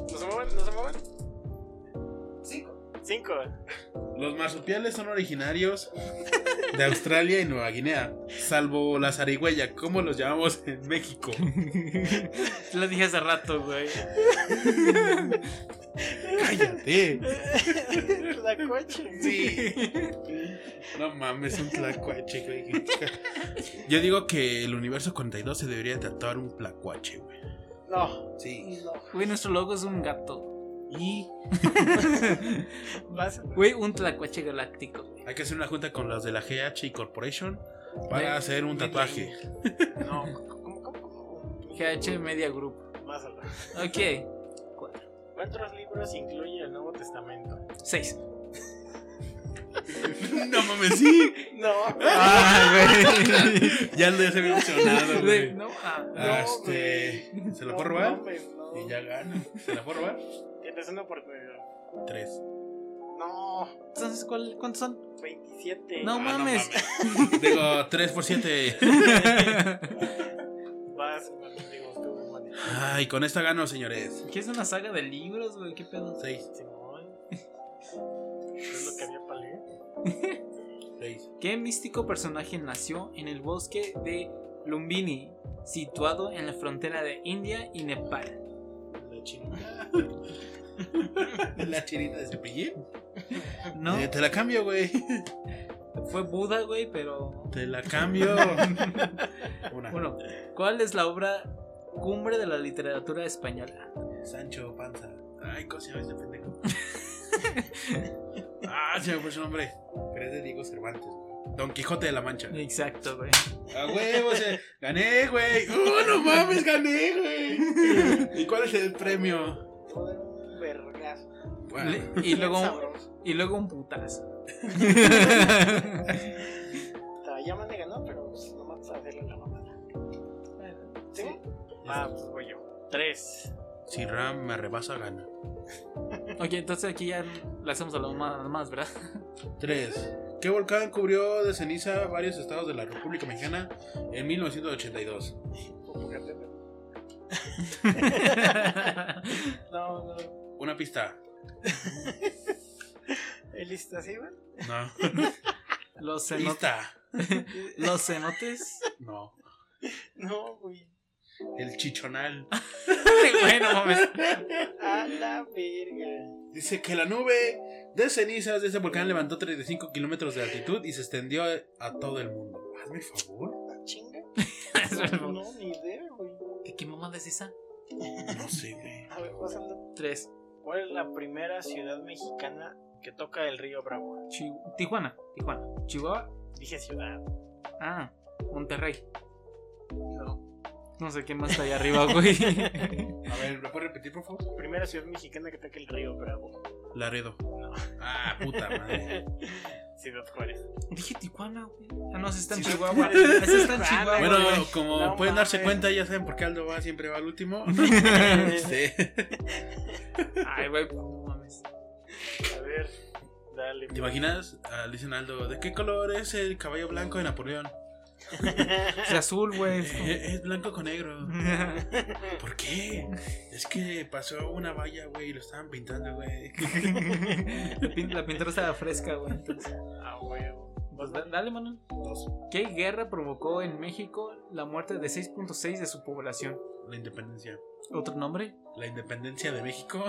Speaker 2: ¿No se mueven? ¿No se mueven? Cinco. Cinco.
Speaker 3: Los marsupiales son originarios de Australia y Nueva Guinea, salvo la zarigüeya, como los llamamos en México.
Speaker 1: Lo dije hace rato, güey.
Speaker 3: ¡Cállate!
Speaker 2: La coche.
Speaker 3: Sí. No mames, un tlacuache, güey. Yo digo que el universo 42 se debería tatuar un tlacuache, güey.
Speaker 2: No.
Speaker 3: Sí.
Speaker 2: No.
Speaker 1: Güey, nuestro logo es un gato.
Speaker 3: Y
Speaker 2: Vas a-
Speaker 1: Güey, un tlacuache galáctico.
Speaker 3: hay que hacer una junta con los de la GH y Corporation para hacer un tatuaje.
Speaker 2: No. ¿Cómo, cómo, cómo?
Speaker 1: GH Media Group.
Speaker 2: Pásalo.
Speaker 1: Ok,
Speaker 2: ¿Cuántos libros incluye el Nuevo Testamento?
Speaker 1: seis.
Speaker 3: No mames, sí.
Speaker 2: No.
Speaker 3: Ya lo había mencionado,
Speaker 1: Güey,
Speaker 3: güey.
Speaker 1: no, ah,
Speaker 3: Ah,
Speaker 2: No,
Speaker 3: este, ¿Se lo puedo robar? Y ya
Speaker 2: ya.
Speaker 3: gana. ¿Se la puedo robar?
Speaker 2: Tienes una oportunidad.
Speaker 3: Tres.
Speaker 2: No.
Speaker 1: Entonces, ¿cuál- ¿cuántos son?
Speaker 2: 27.
Speaker 1: No
Speaker 3: Ah,
Speaker 1: mames.
Speaker 3: mames. Digo, tres por siete.
Speaker 2: Vas, man, digo, tú, man.
Speaker 3: Ay, con esta gano, señores.
Speaker 1: ¿Qué es una saga de libros, güey? ¿Qué pedo?
Speaker 3: Seis.
Speaker 2: Simón. Es lo que había para leer.
Speaker 3: Seis.
Speaker 1: ¿Qué místico personaje nació en el bosque de Lumbini, situado en la frontera de India y Nepal?
Speaker 3: La chinita. La chinita de cepillín.
Speaker 1: No,
Speaker 3: Eh, te la cambio, güey.
Speaker 1: fue Buda, güey, pero...
Speaker 3: Te la cambio. Una.
Speaker 1: Bueno, ¿cuál es la obra cumbre de la literatura española?
Speaker 3: Sancho Panza. Ay, ¿cómo se llama este pendejo? ah, se me fue su nombre. Pero es de Diego Cervantes, güey. Don Quijote de la Mancha.
Speaker 1: Exacto, güey.
Speaker 3: A huevo, se... gané, güey. ¡Oh, no mames, gané, güey! ¿Y cuál es el premio?
Speaker 2: Joder, un vergazo.
Speaker 3: Bueno,
Speaker 1: Y luego,
Speaker 2: Sabroso.
Speaker 1: y luego un putazo.
Speaker 2: Estaba llaman de ganar, pero pues, nomás hacerle la mamada. ¿Sí? Ah, pues voy yo. Tres.
Speaker 3: si Ram me rebasa, gana.
Speaker 1: ok, entonces aquí ya la hacemos a lo más, más, ¿verdad?
Speaker 3: 3. ¿Qué volcán cubrió de ceniza varios estados de la República Mexicana en 1982?
Speaker 2: No, no.
Speaker 3: Una pista.
Speaker 2: ¿El Iztaccíhuatl?
Speaker 3: No.
Speaker 1: Los, ceno-
Speaker 3: Pista.
Speaker 1: los cenotes.
Speaker 3: No.
Speaker 2: No, güey.
Speaker 3: El chichonal.
Speaker 1: bueno, mames.
Speaker 2: A la verga.
Speaker 3: Dice que la nube de cenizas de este volcán levantó 35 kilómetros de altitud y se extendió a todo el mundo. Hazme el favor.
Speaker 2: ¿La chinga?
Speaker 1: Eso-
Speaker 2: No, ni idea, güey.
Speaker 1: ¿Qué, qué mamada es esa?
Speaker 3: No sé, güey.
Speaker 2: A ver, pasando.
Speaker 1: Tres.
Speaker 2: ¿Cuál es la primera ciudad mexicana que toca el río Bravo?
Speaker 1: Chi- Tijuana. Tijuana. Chihuahua.
Speaker 2: Dije ciudad.
Speaker 1: Ah, Monterrey.
Speaker 2: No.
Speaker 1: No sé qué más está ahí arriba, güey.
Speaker 3: A ver, ¿lo puedes repetir, por favor?
Speaker 2: Primera ciudad mexicana que toca el río Bravo.
Speaker 3: Laredo. Ah, puta madre.
Speaker 2: Ciudad Juárez.
Speaker 1: Dije Tijuana, güey. Ah, no, esa está en
Speaker 3: Sí,
Speaker 1: Chihuahua.
Speaker 2: sí, sí.
Speaker 1: Esa está en Chihuahua.
Speaker 3: Bueno,
Speaker 1: güey.
Speaker 3: como
Speaker 2: No
Speaker 3: pueden darse
Speaker 2: mames.
Speaker 3: cuenta, ya saben por qué Aldo va siempre va al último. Este,
Speaker 1: Ay, güey, no mames.
Speaker 2: A ver, dale. pues.
Speaker 3: ¿Te imaginas? Ah, le dicen a Aldo, ¿de qué color es el caballo blanco de Napoleón?
Speaker 1: Es azul, güey.
Speaker 3: "Eh, es blanco con negro. ¿Por qué? Es que pasó una valla, güey, y lo estaban pintando, güey.
Speaker 1: La pin- La pintura estaba fresca, güey. entonces.
Speaker 2: A Ah, huevo.
Speaker 1: Pues da- dale, Manuel. ¿Qué guerra provocó en México la muerte de 6.6 de su población?
Speaker 3: La independencia.
Speaker 1: ¿Otro nombre?
Speaker 3: La independencia de México.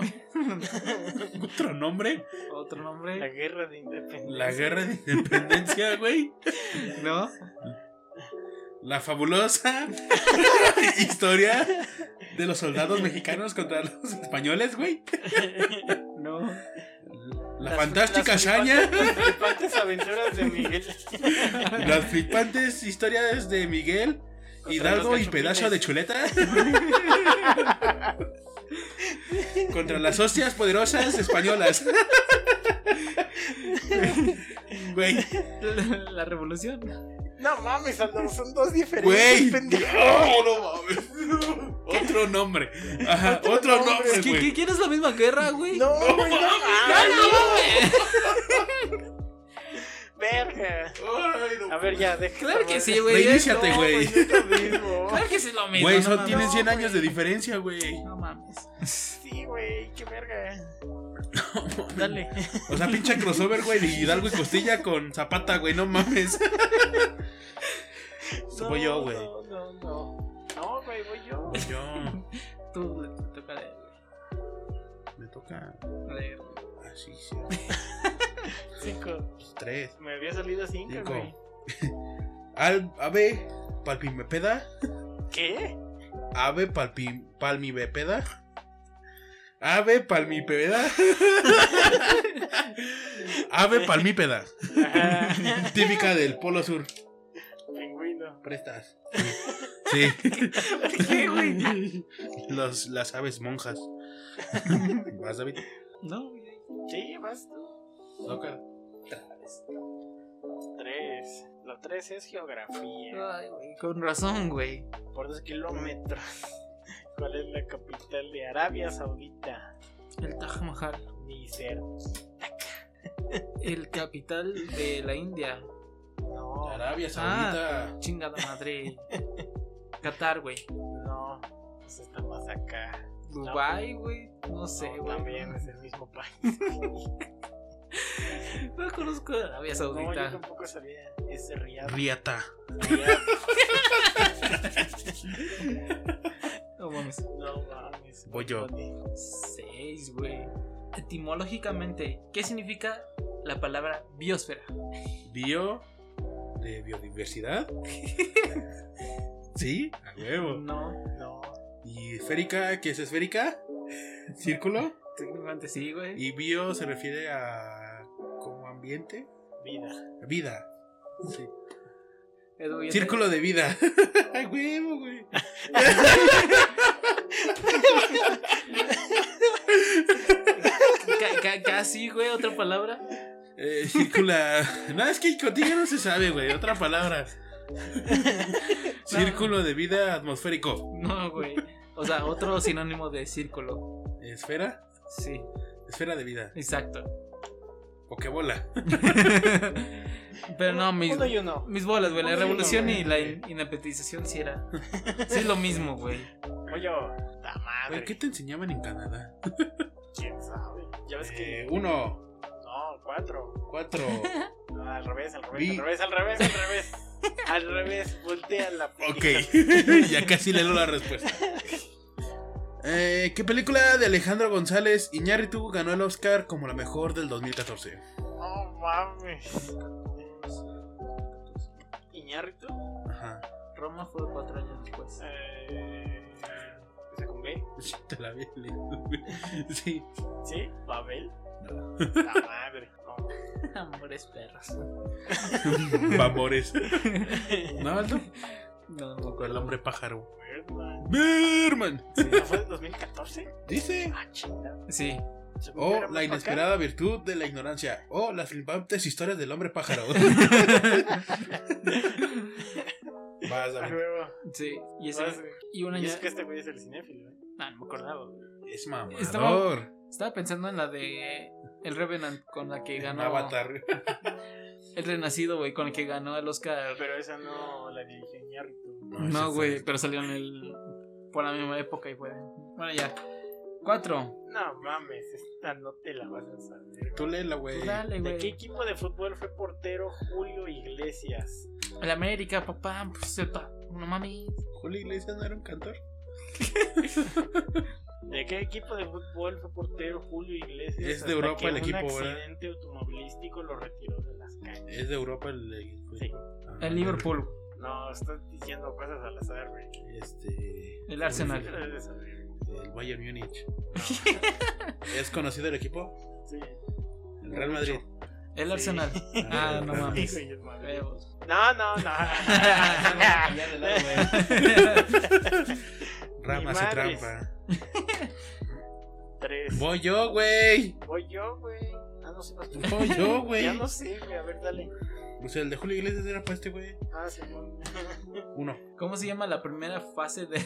Speaker 3: Otro nombre.
Speaker 1: ¿Otro
Speaker 2: La
Speaker 1: nombre?
Speaker 2: guerra de independencia.
Speaker 3: La guerra de independencia, güey.
Speaker 1: ¿No?
Speaker 3: La fabulosa historia de los soldados mexicanos contra los españoles, güey.
Speaker 1: No.
Speaker 3: La
Speaker 1: Las-
Speaker 3: fantástica
Speaker 2: las
Speaker 3: hazaña.
Speaker 2: flipantes- flipantes aventuras de Miguel.
Speaker 3: Las flipantes historias de Miguel Hidalgo
Speaker 2: los
Speaker 3: y pedazo
Speaker 2: cachupines.
Speaker 3: de chuleta. Contra las hostias poderosas españolas. Güey,
Speaker 1: La, la revolución.
Speaker 2: No mames, Aldo, son dos diferentes.
Speaker 3: güey.
Speaker 2: pendejo.
Speaker 3: No, no mames. Otro nombre. Ajá, otro, nombre,
Speaker 1: ¿Qué,
Speaker 3: güey.
Speaker 1: qué, ¿Quién es la misma guerra, güey? ¡Ah,
Speaker 2: No, güey, no, mames,
Speaker 1: mames.
Speaker 2: Verga.
Speaker 3: Ay, no
Speaker 2: A ver, ya, deja.
Speaker 1: Claro que sí, güey.
Speaker 3: Reiníciate,
Speaker 1: No,
Speaker 3: güey.
Speaker 2: Es lo mismo.
Speaker 1: Claro que sí es lo mismo.
Speaker 3: Güey,
Speaker 1: no
Speaker 3: son-
Speaker 1: mames.
Speaker 3: tienen 100
Speaker 2: No,
Speaker 3: años de
Speaker 2: güey.
Speaker 3: diferencia, güey.
Speaker 1: No mames.
Speaker 2: Sí, güey, qué verga. Dale.
Speaker 3: O sea, pinche crossover, güey, de Hidalgo y Costilla con Zapata, güey, no mames.
Speaker 2: No,
Speaker 3: Voy yo, güey.
Speaker 2: No, no, no. No, güey, voy yo.
Speaker 3: Yo,
Speaker 1: Tú le te toca leer,
Speaker 3: me toca.
Speaker 1: güey. Leer.
Speaker 3: Así, Ah, sí. pues,
Speaker 2: Cinco.
Speaker 3: Tres.
Speaker 2: Me había salido cinco,
Speaker 3: Cinco.
Speaker 2: güey.
Speaker 3: Al, ave palpimepeda.
Speaker 2: ¿Qué?
Speaker 3: Ave palpi, palmibepeda. Ave palmipeda. ave palmípeda.
Speaker 2: Ajá.
Speaker 3: Típica del Polo Sur.
Speaker 2: Pingüino.
Speaker 3: Prestas. Sí.
Speaker 1: ¿Qué, güey?
Speaker 3: Los, las aves monjas. ¿Vas, David?
Speaker 1: No, güey.
Speaker 2: Sí, vas tú.
Speaker 3: Toca.
Speaker 2: Tres. La tres es geografía.
Speaker 1: Ay, güey. Con razón, güey.
Speaker 2: Por dos kilómetros. ¿Cuál es la capital de Arabia Saudita?
Speaker 1: El Taj Mahal.
Speaker 2: Ni ser.
Speaker 1: El capital de la India.
Speaker 2: No.
Speaker 3: Arabia Saudita.
Speaker 1: Chingada madre. Qatar, güey.
Speaker 2: No. Pues está más acá.
Speaker 1: Dubai, güey. No sé,
Speaker 2: No,
Speaker 1: güey.
Speaker 2: También es el mismo país.
Speaker 1: No conozco a Arabia
Speaker 2: No, yo
Speaker 1: Saudita.
Speaker 2: tampoco sabía. Es Riyadh.
Speaker 3: Riata.
Speaker 2: Riyadh.
Speaker 1: No mames.
Speaker 2: No mames.
Speaker 3: Voy yo.
Speaker 1: Seis, güey. Etimológicamente, ¿qué significa la palabra biosfera?
Speaker 3: Bio. De biodiversidad. Sí, a huevo.
Speaker 1: No.
Speaker 2: No.
Speaker 3: ¿Y esférica? ¿Qué es esférica? ¿Círculo?
Speaker 1: Técnicamente sí, güey.
Speaker 3: Y bio se refiere a. como ambiente.
Speaker 2: Vida.
Speaker 3: Vida. Sí.
Speaker 1: Es muy
Speaker 3: Círculo de vida. Ay, huevo, güey.
Speaker 1: Ca- ca- Casi, güey, otra palabra.
Speaker 3: Eh, círcula. No, es que contigo no se sabe, güey. Otra palabra. Círculo de vida atmosférico.
Speaker 1: No, güey. O sea, otro sinónimo de círculo.
Speaker 3: Esfera.
Speaker 1: Sí,
Speaker 3: Esfera de vida.
Speaker 1: exacto.
Speaker 3: Pokébola.
Speaker 1: Pero no, mis,
Speaker 2: Uno y uno.
Speaker 1: mis bolas, güey. La
Speaker 2: Uno y uno,
Speaker 1: revolución
Speaker 2: güey.
Speaker 1: y la in- independización sí era. Sí es lo mismo, güey.
Speaker 2: Oye, la madre.
Speaker 3: Güey, ¿qué te enseñaban en Canadá?
Speaker 2: ¿Quién sabe? Ya ves que.
Speaker 3: Eh, uno,
Speaker 2: No, cuatro.
Speaker 3: cuatro.
Speaker 2: No, al revés, al revés,
Speaker 3: Vi-
Speaker 2: al revés, al revés, al revés. Al revés, voltea la
Speaker 3: Ok. ya casi leo la respuesta. Eh, ¿Qué película de Alejandro González Iñárritu ganó el Oscar como la mejor del 2014?
Speaker 2: No mames. Iñárritu.
Speaker 3: Ajá.
Speaker 1: Roma fue cuatro años después.
Speaker 2: Eh, ¿Se con B?
Speaker 3: Sí, te la había leído, güey. Sí.
Speaker 2: ¿Sí? ¿Babel? La madre. No.
Speaker 1: Amores perros.
Speaker 3: Amores. ¿No, Aldo?
Speaker 1: No, no,
Speaker 3: El hombre pájaro.
Speaker 2: Birdman.
Speaker 3: Berman.
Speaker 2: ¿No fue en 2014?
Speaker 3: Dice.
Speaker 2: Ah, chinga.
Speaker 1: Sí.
Speaker 2: Según yo
Speaker 3: O
Speaker 2: era más
Speaker 3: Oh, la
Speaker 2: acá.
Speaker 3: inesperada virtud de la ignorancia. O las flipantes historias del hombre pájaro. Vas
Speaker 2: Ah,
Speaker 3: a ver.
Speaker 2: huevo.
Speaker 1: Sí. Y, ese-
Speaker 2: Vas, güey.
Speaker 1: y un
Speaker 2: Y
Speaker 1: año.
Speaker 2: es que este güey es el cinéfilo, ¿eh?
Speaker 1: Ah, no me acordaba, güey.
Speaker 3: Es
Speaker 1: Estaba-
Speaker 3: mamador.
Speaker 1: Estaba pensando en la de. El Revenant con la que ganó.
Speaker 3: Avatar.
Speaker 1: El Renacido, güey, con el que ganó el Oscar.
Speaker 2: Ah, Pero esa no la dirigió Iñárritu.
Speaker 3: ese
Speaker 1: No, güey,
Speaker 3: fue-
Speaker 1: pero salió en el. Por la misma época y fue. Bueno, ya. Cuatro.
Speaker 2: No mames, esta no te la vas a saber.
Speaker 3: Tú léela, güey.
Speaker 1: Pues Dale,
Speaker 2: ¿De qué
Speaker 1: güey.
Speaker 2: equipo de fútbol fue portero Julio Iglesias?
Speaker 1: El América, papá. Pues sepa. No mami.
Speaker 3: Julio Iglesias no era un cantor.
Speaker 2: ¿De qué equipo de fútbol fue portero Julio Iglesias?
Speaker 3: Es de
Speaker 2: hasta
Speaker 3: Europa
Speaker 2: que
Speaker 3: el equipo,
Speaker 2: Un
Speaker 3: ¿verdad?
Speaker 2: accidente automovilístico lo retiró de las calles.
Speaker 3: Es de Europa el. el-
Speaker 2: Sí.
Speaker 3: Ah,
Speaker 1: El Liverpool.
Speaker 2: No, estás diciendo cosas al azar, güey.
Speaker 3: Este.
Speaker 1: El Arsenal.
Speaker 2: Sí, lo debes saber.
Speaker 3: El Bayern Múnich. ¿Es conocido el equipo?
Speaker 2: Sí.
Speaker 3: El Real Madrid.
Speaker 1: El
Speaker 2: Sí.
Speaker 1: Arsenal. Ah, no
Speaker 3: el Real
Speaker 2: Sí,
Speaker 1: mames.
Speaker 2: güey, es madre.
Speaker 1: Huevos.
Speaker 2: No, no, no.
Speaker 3: Ya le da, güey. Ramas y
Speaker 2: Ni madres.
Speaker 3: trampa.
Speaker 2: Tres.
Speaker 3: Voy yo, güey.
Speaker 2: Voy yo, güey. Ah, no sé. vas tú.
Speaker 3: Voy yo, güey.
Speaker 2: Ya no sé, güey. A ver, dale.
Speaker 3: O sea, el de Julio Iglesias era para este, güey.
Speaker 2: Ah, Simón.
Speaker 3: Uno.
Speaker 1: ¿Cómo se llama la primera fase de,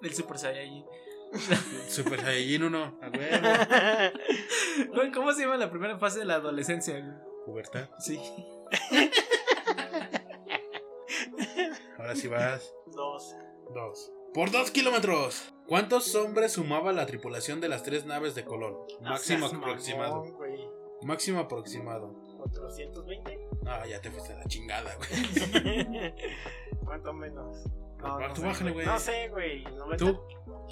Speaker 1: del Super Saiyajin?
Speaker 3: Super Saiyajin uno. A huevo.
Speaker 1: Güey, ¿Cómo se llama la primera fase de la adolescencia? güey?
Speaker 3: Pubertad.
Speaker 1: Sí.
Speaker 3: Ahora sí vas.
Speaker 2: Dos.
Speaker 3: Dos. Por dos kilómetros. ¿Cuántos hombres sumaba la tripulación de las tres naves de Colón? Máximo
Speaker 2: seas
Speaker 3: aproximado.
Speaker 2: mamón, güey.
Speaker 3: Máximo aproximado.
Speaker 2: 420.
Speaker 3: Ah, ya te fuiste a la chingada, güey.
Speaker 2: ¿Cuánto menos? No,
Speaker 3: Tú
Speaker 2: no sé,
Speaker 3: bájale, güey.
Speaker 2: No sé, güey. No
Speaker 3: ¿Tú?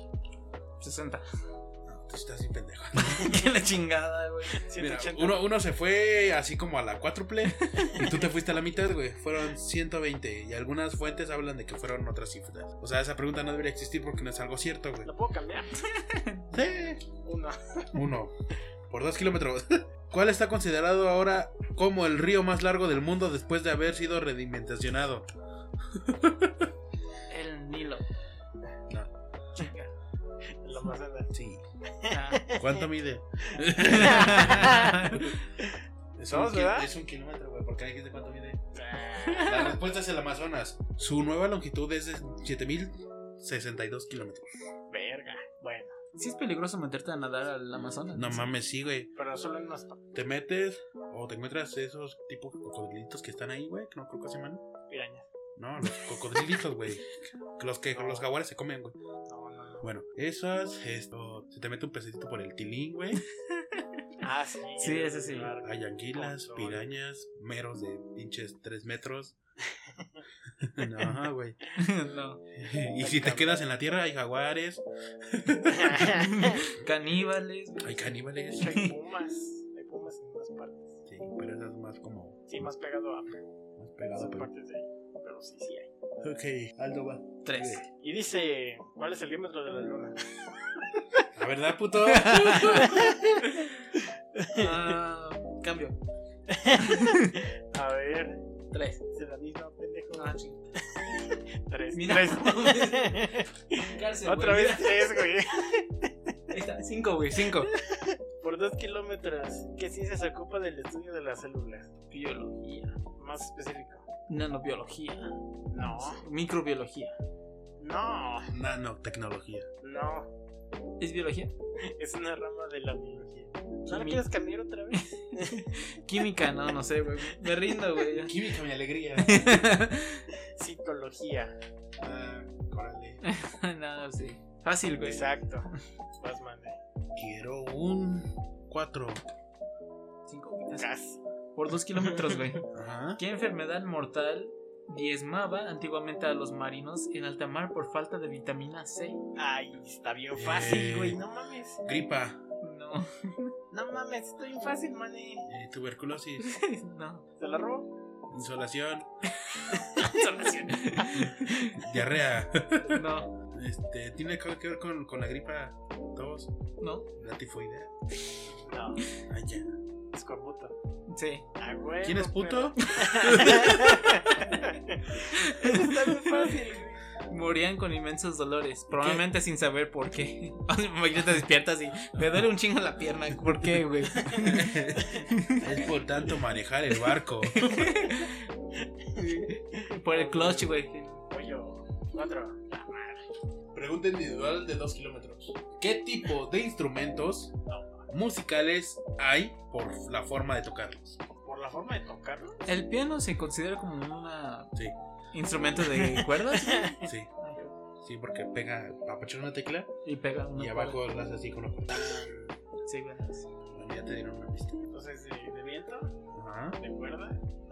Speaker 1: 60.
Speaker 3: No, tú estás bien pendejo.
Speaker 1: Qué la chingada, güey.
Speaker 3: Mira,
Speaker 2: 180.
Speaker 3: uno, uno se fue así como a la cuádruple y tú te fuiste a la mitad, güey. Fueron 120 y algunas fuentes hablan de que fueron otras cifras. O sea, esa pregunta no debería existir porque no es algo cierto, güey.
Speaker 2: ¿Lo puedo cambiar?
Speaker 3: Sí.
Speaker 2: Uno.
Speaker 3: Uno. Por dos kilómetros. ¿Cuál está considerado ahora como el río más largo del mundo después de haber sido redimensionado?
Speaker 1: El Nilo.
Speaker 3: No.
Speaker 1: Chinga.
Speaker 2: La Amazonas.
Speaker 3: Sí.
Speaker 1: Ah.
Speaker 3: ¿Cuánto mide? Es
Speaker 2: Dos,
Speaker 3: ki-
Speaker 2: ¿verdad?
Speaker 3: es un kilómetro, güey, porque alguien de cuánto mide. La respuesta es el Amazonas. Su nueva longitud es de 7062 kilómetros.
Speaker 2: Verga. Bueno,
Speaker 1: Sí es peligroso meterte a nadar al Amazonas.
Speaker 3: No mames, sí, güey.
Speaker 2: pero solo en unas
Speaker 3: Te metes o te encuentras esos tipos de cocodrilitos que están ahí, güey, que no creo que se llaman.
Speaker 2: pirañas.
Speaker 3: No, los cocodrilitos, güey. Los que los jaguares se comen, güey.
Speaker 2: No, no, no.
Speaker 3: Bueno, esas, esto, se te mete un pececito por el tilín, güey.
Speaker 2: Ah, sí.
Speaker 1: Sí, ese sí.
Speaker 2: Verga.
Speaker 3: Hay anguilas,
Speaker 2: Control.
Speaker 3: pirañas, meros de pinches 3 metros. no, ajá, güey.
Speaker 1: no.
Speaker 3: Y si te quedas en la tierra, hay jaguares,
Speaker 1: Caníbales.
Speaker 3: hay caníbales.
Speaker 2: Hay pumas. Hay pumas en unas partes.
Speaker 3: Sí, pero esas más como
Speaker 2: Sí, más pegado a.
Speaker 3: más
Speaker 2: Son
Speaker 3: pegado, pero.
Speaker 2: partes de ahí. Pero sí, sí hay.
Speaker 3: Ok, Aldo va.
Speaker 1: Tres.
Speaker 2: Y dice: ¿Cuál es el diámetro de la luna?
Speaker 3: A ¿Verdad, puto?
Speaker 1: Ah, cambio.
Speaker 2: A ver,
Speaker 1: Tres.
Speaker 2: es la misma, pendejo.
Speaker 1: Ah, sí.
Speaker 2: Tres.
Speaker 1: Mira.
Speaker 2: Tres.
Speaker 1: Cárcel,
Speaker 2: Otra
Speaker 1: güey.
Speaker 2: vez tres, güey.
Speaker 1: Ahí está. Cinco, güey. Cinco.
Speaker 2: Por dos kilómetros, ¿qué ciencia se ocupa del estudio de las células?
Speaker 1: Biología.
Speaker 2: Más específico.
Speaker 1: Nanobiología.
Speaker 2: No.
Speaker 1: Microbiología.
Speaker 2: No.
Speaker 3: Nanotecnología.
Speaker 2: No.
Speaker 1: ¿Es biología?
Speaker 2: Es una rama de la biología. ¿No la
Speaker 1: Quimi-
Speaker 2: quieres cambiar otra vez?
Speaker 1: Química, no, no sé, güey. Me rindo, güey.
Speaker 3: Química, mi alegría.
Speaker 2: Citología.
Speaker 3: Ah, órale.
Speaker 1: no, sí. Fácil, güey.
Speaker 2: Exacto. Vas, mande.
Speaker 3: Quiero un 4.
Speaker 1: Cinco.
Speaker 2: Casi.
Speaker 1: Por dos kilómetros, güey.
Speaker 3: Ajá.
Speaker 1: ¿Qué enfermedad mortal diezmaba antiguamente a los marinos en alta mar por falta de vitamina C?
Speaker 2: Ay, está bien fácil,
Speaker 3: Eh.
Speaker 2: güey. No mames.
Speaker 3: Gripa.
Speaker 1: No,
Speaker 2: No mames, está bien fácil, mané.
Speaker 3: eh, tuberculosis.
Speaker 1: no.
Speaker 2: ¿Se la robo?
Speaker 3: Insolación.
Speaker 1: Solución.
Speaker 3: Diarrea.
Speaker 1: no,
Speaker 3: Este, tiene algo que ver con, con la gripa. Tos.
Speaker 1: no,
Speaker 3: La tifoidea.
Speaker 2: No.
Speaker 3: Ah, ya.
Speaker 2: Es corbuto.
Speaker 1: sí.
Speaker 2: Ah, güey.
Speaker 3: ¿Quién es puto?
Speaker 2: Está bien fácil, güey.
Speaker 1: Morían con inmensos dolores, probablemente sin saber por qué. Imagínate te despiertas y me duele un chingo la pierna. ¿Por qué, güey?
Speaker 3: es por tanto manejar el barco.
Speaker 1: Por el clutch, güey.
Speaker 2: Pollo. Cuatro.
Speaker 3: Pregunta individual de 2 kilómetros. ¿Qué tipo de instrumentos musicales hay por la forma de tocarlos?
Speaker 2: Por la forma de tocarlo.
Speaker 1: ¿El piano se considera como una
Speaker 3: Sí.
Speaker 1: instrumento de cuerdas?
Speaker 3: Sí, sí, porque pega, apachar una tecla
Speaker 1: Y pega una
Speaker 3: y abajo las así con la puerta.
Speaker 1: cuerda. Sí, güey.
Speaker 3: Bueno, ya te dieron una pista.
Speaker 2: Entonces, de, de viento,
Speaker 3: Ajá,
Speaker 2: de cuerda,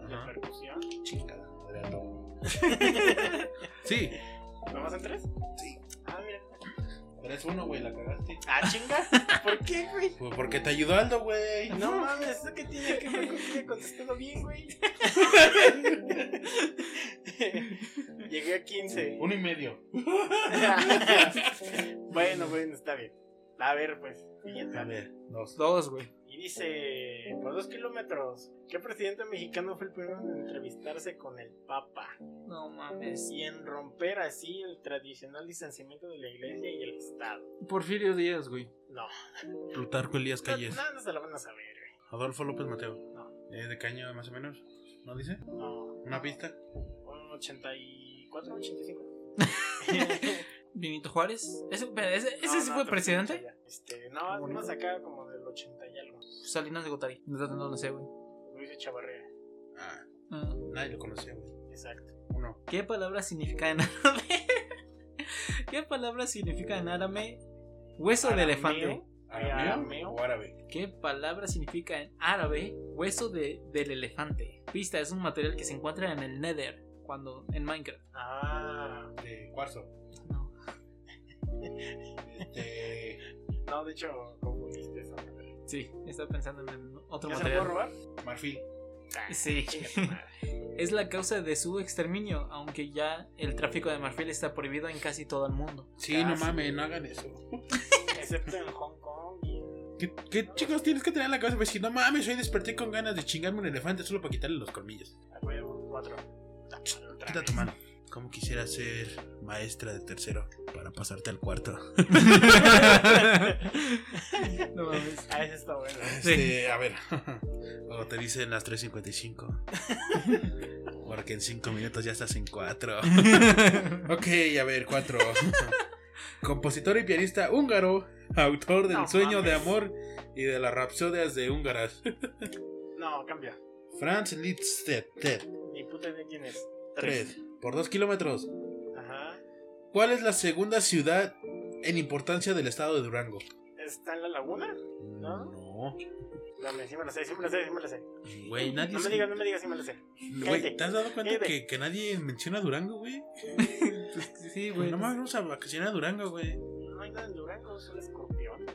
Speaker 2: de
Speaker 3: ajá.
Speaker 2: percusión.
Speaker 3: Chingada, madre a todo. Sí,
Speaker 2: ¿Vamos en tres?
Speaker 3: Sí.
Speaker 2: Ah, mira.
Speaker 3: eres uno, güey, la cagaste.
Speaker 2: Ah, chinga. ¿Por qué, güey?
Speaker 3: Pues porque te ayudó Aldo, güey.
Speaker 2: No mames, eso que tiene que ver con que haya contestado bien, güey. Llegué a 15.
Speaker 3: Uno y medio.
Speaker 2: bueno, bueno, está bien. A ver, pues. siguiente.
Speaker 3: A ver, dos.
Speaker 1: Dos, güey.
Speaker 2: Y dice, por dos kilómetros, ¿qué presidente mexicano fue el primero en entrevistarse con el Papa?
Speaker 1: No mames.
Speaker 2: Y en romper así el tradicional distanciamiento de la iglesia y el Estado.
Speaker 1: Porfirio Díaz, güey.
Speaker 2: No,
Speaker 3: Plutarco Elías Calles.
Speaker 2: no, no se lo van a saber, güey.
Speaker 3: Adolfo López Mateo.
Speaker 2: No.
Speaker 3: Eh, de caño, más o menos. ¿No dice?
Speaker 2: No,
Speaker 3: ¿Una pista?
Speaker 2: un 84, 85.
Speaker 1: Benito Juárez. ¿Ese, pero ese, ese
Speaker 2: No,
Speaker 1: sí
Speaker 2: no,
Speaker 1: fue
Speaker 2: pero
Speaker 1: presidente?
Speaker 2: ya. Este, no,
Speaker 1: Bonito.
Speaker 2: más acá como del 80 y algo.
Speaker 1: Salinas de Gotari. No, no, no sé, güey.
Speaker 2: Luis Echavarría,
Speaker 3: Ah,
Speaker 1: Ah.
Speaker 3: nadie lo conocía, güey.
Speaker 2: exacto.
Speaker 3: Uno.
Speaker 1: ¿Qué palabra significa en árabe? ¿Qué palabra significa en árabe? Hueso de
Speaker 2: Arameo.
Speaker 1: elefante.
Speaker 2: Eh, ¿Arameo?
Speaker 3: o árabe?
Speaker 1: ¿Qué palabra significa en árabe hueso de, del elefante? Pista, es un material que se encuentra en el Nether, cuando en Minecraft.
Speaker 2: Ah,
Speaker 3: De cuarzo.
Speaker 1: No.
Speaker 3: Este.
Speaker 2: no, de hecho, confundiste eso.
Speaker 1: Sí, estaba pensando en otro
Speaker 2: ¿Ya se lo puedo
Speaker 1: material.
Speaker 2: robar?
Speaker 3: Marfil.
Speaker 2: Ah,
Speaker 1: Sí.
Speaker 2: chinga tu madre.
Speaker 1: Es la causa de su exterminio, aunque ya el tráfico de marfil está prohibido en casi todo el mundo.
Speaker 3: Sí,
Speaker 2: Casi.
Speaker 3: no mames, no hagan eso.
Speaker 2: Excepto en Hong Kong y en-
Speaker 3: ¿Qué, qué chicos tienes que tener en la cabeza? Pues si no mames, hoy desperté con ganas de chingarme un elefante solo para quitarle los colmillos.
Speaker 2: a huevo, cuatro. Ah, otra
Speaker 3: Quita
Speaker 2: vez.
Speaker 3: tu mano. ¿Cómo quisiera ser maestra de tercero para pasarte al cuarto?
Speaker 1: no mames.
Speaker 2: Ah, ese está bueno.
Speaker 3: Este, a ver. O te dicen las 3.55. Porque en 5 minutos ya estás en 4. ok, a ver, 4. Compositor y pianista húngaro, autor del
Speaker 2: No
Speaker 3: sueño de
Speaker 2: mames.
Speaker 3: amor y de las rapsodias de húngaras.
Speaker 2: No, cambia.
Speaker 3: Franz Liszt,
Speaker 2: Ni puta idea quién es.
Speaker 3: 3. Por 2 kilómetros.
Speaker 2: Ajá.
Speaker 3: ¿Cuál es la segunda ciudad en importancia del estado de Durango?
Speaker 2: ¿Está en la laguna? ¿No?
Speaker 3: No.
Speaker 2: Dame, sí me la sé, sí me la sé, sí me la sé.
Speaker 3: Güey, nadie.
Speaker 2: No me
Speaker 3: se-
Speaker 2: digas, no me digas, sí me la sé.
Speaker 3: Güey, ¿te has dado cuenta
Speaker 2: Cállate.
Speaker 3: que, que nadie menciona Durango, güey?
Speaker 1: Sí,
Speaker 3: Pues
Speaker 1: güey.
Speaker 3: nomás vamos a vacacionar a Durango, güey.
Speaker 2: No hay nada en Durango, solo escorpión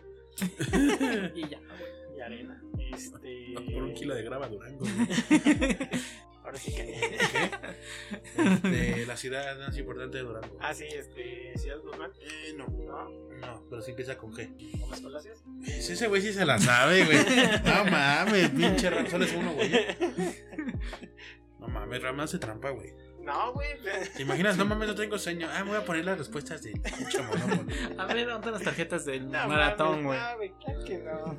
Speaker 1: Y ya.
Speaker 2: y arena. Este.
Speaker 3: Por un kilo de grava a Durango.
Speaker 2: Ahora sí que.
Speaker 3: ¿Qué? de la ciudad más importante de Durango.
Speaker 2: Ah, sí, este. Ciudad Guzmán.
Speaker 3: Eh, no,
Speaker 2: ¿No?
Speaker 3: no, pero sí empieza con G.
Speaker 2: ¿Gómez Palacios?
Speaker 3: Ese ese güey sí se la sabe, güey. No mames, pinche Ramsol es uno, güey. No mames, Ramón se trampa, güey.
Speaker 2: No, güey.
Speaker 3: ¿Te imaginas? No mames, no tengo sueño. Ah, me voy a poner las respuestas del pinche Monopoly.
Speaker 1: A ver, ¿dónde están las tarjetas del
Speaker 2: No,
Speaker 1: maratón,
Speaker 2: mames,
Speaker 1: güey?
Speaker 2: No, güey, claro que no.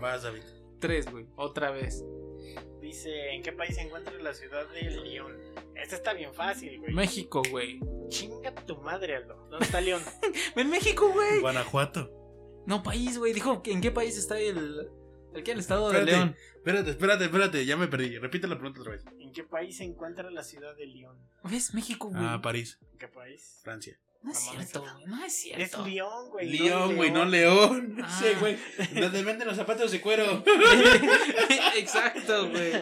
Speaker 3: Vas, David.
Speaker 1: Tres, güey. Otra vez.
Speaker 2: Dice, ¿en qué país se encuentra la ciudad de León? Esta está bien fácil, güey.
Speaker 1: México, güey.
Speaker 2: Chinga tu madre, Aldo. ¿Dónde está León?
Speaker 1: En México, güey.
Speaker 3: Guanajuato.
Speaker 1: No, país, güey. Dijo, que ¿en qué país está el. el que el estado de
Speaker 3: Espérate.
Speaker 1: León?
Speaker 3: Espérate, espérate, espérate, ya me perdí. Repite la pregunta otra vez.
Speaker 2: ¿En qué país se encuentra la ciudad de León?
Speaker 1: ¿Ves? México, güey.
Speaker 3: Ah, París,
Speaker 2: ¿En qué país?
Speaker 3: Francia.
Speaker 1: no es
Speaker 2: no
Speaker 1: cierto, güey.
Speaker 2: mames.
Speaker 1: No es
Speaker 2: Es
Speaker 1: cierto.
Speaker 2: León, güey.
Speaker 3: León, güey, no
Speaker 2: León.
Speaker 3: León.
Speaker 1: Ah.
Speaker 3: Sí, güey. Donde venden los zapatos de cuero.
Speaker 1: Exacto, güey.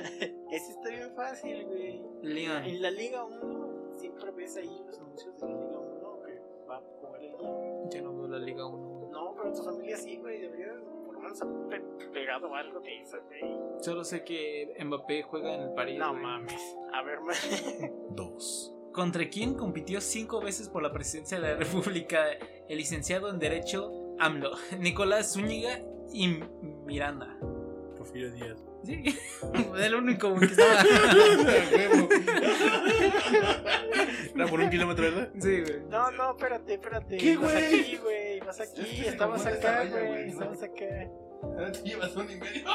Speaker 2: Ese está bien fácil, güey.
Speaker 1: León.
Speaker 2: En la Liga 1 siempre ves ahí los anuncios de la Liga 1 que va a jugar el León.
Speaker 1: Ya no veo la Liga 1, güey.
Speaker 2: No, pero tu familia sí, güey. Debería por lo menos haber pe- pegado algo de eso, güey.
Speaker 1: Solo sé que Mbappé juega en el París.
Speaker 2: No
Speaker 1: güey.
Speaker 2: mames. A ver, man.
Speaker 3: Dos.
Speaker 1: ¿Contra quién compitió cinco veces por la presidencia de la República el licenciado en Derecho AMLO? Nicolás Zúñiga y Miranda.
Speaker 3: Porfirio Díaz.
Speaker 1: Sí, era el único güey, que estaba.
Speaker 3: Ah, Era por un kilómetro, ¿verdad?
Speaker 1: Sí, güey.
Speaker 2: No, no, espérate, espérate.
Speaker 3: ¿Qué,
Speaker 2: vas
Speaker 3: güey?
Speaker 2: aquí, güey. Vas aquí. Estabas
Speaker 3: ¿Cómo
Speaker 2: acá,
Speaker 3: desarrolla,
Speaker 2: güey.
Speaker 3: güey?
Speaker 2: Estabas acá.
Speaker 3: Ahora te Ah, llevas uno y medio.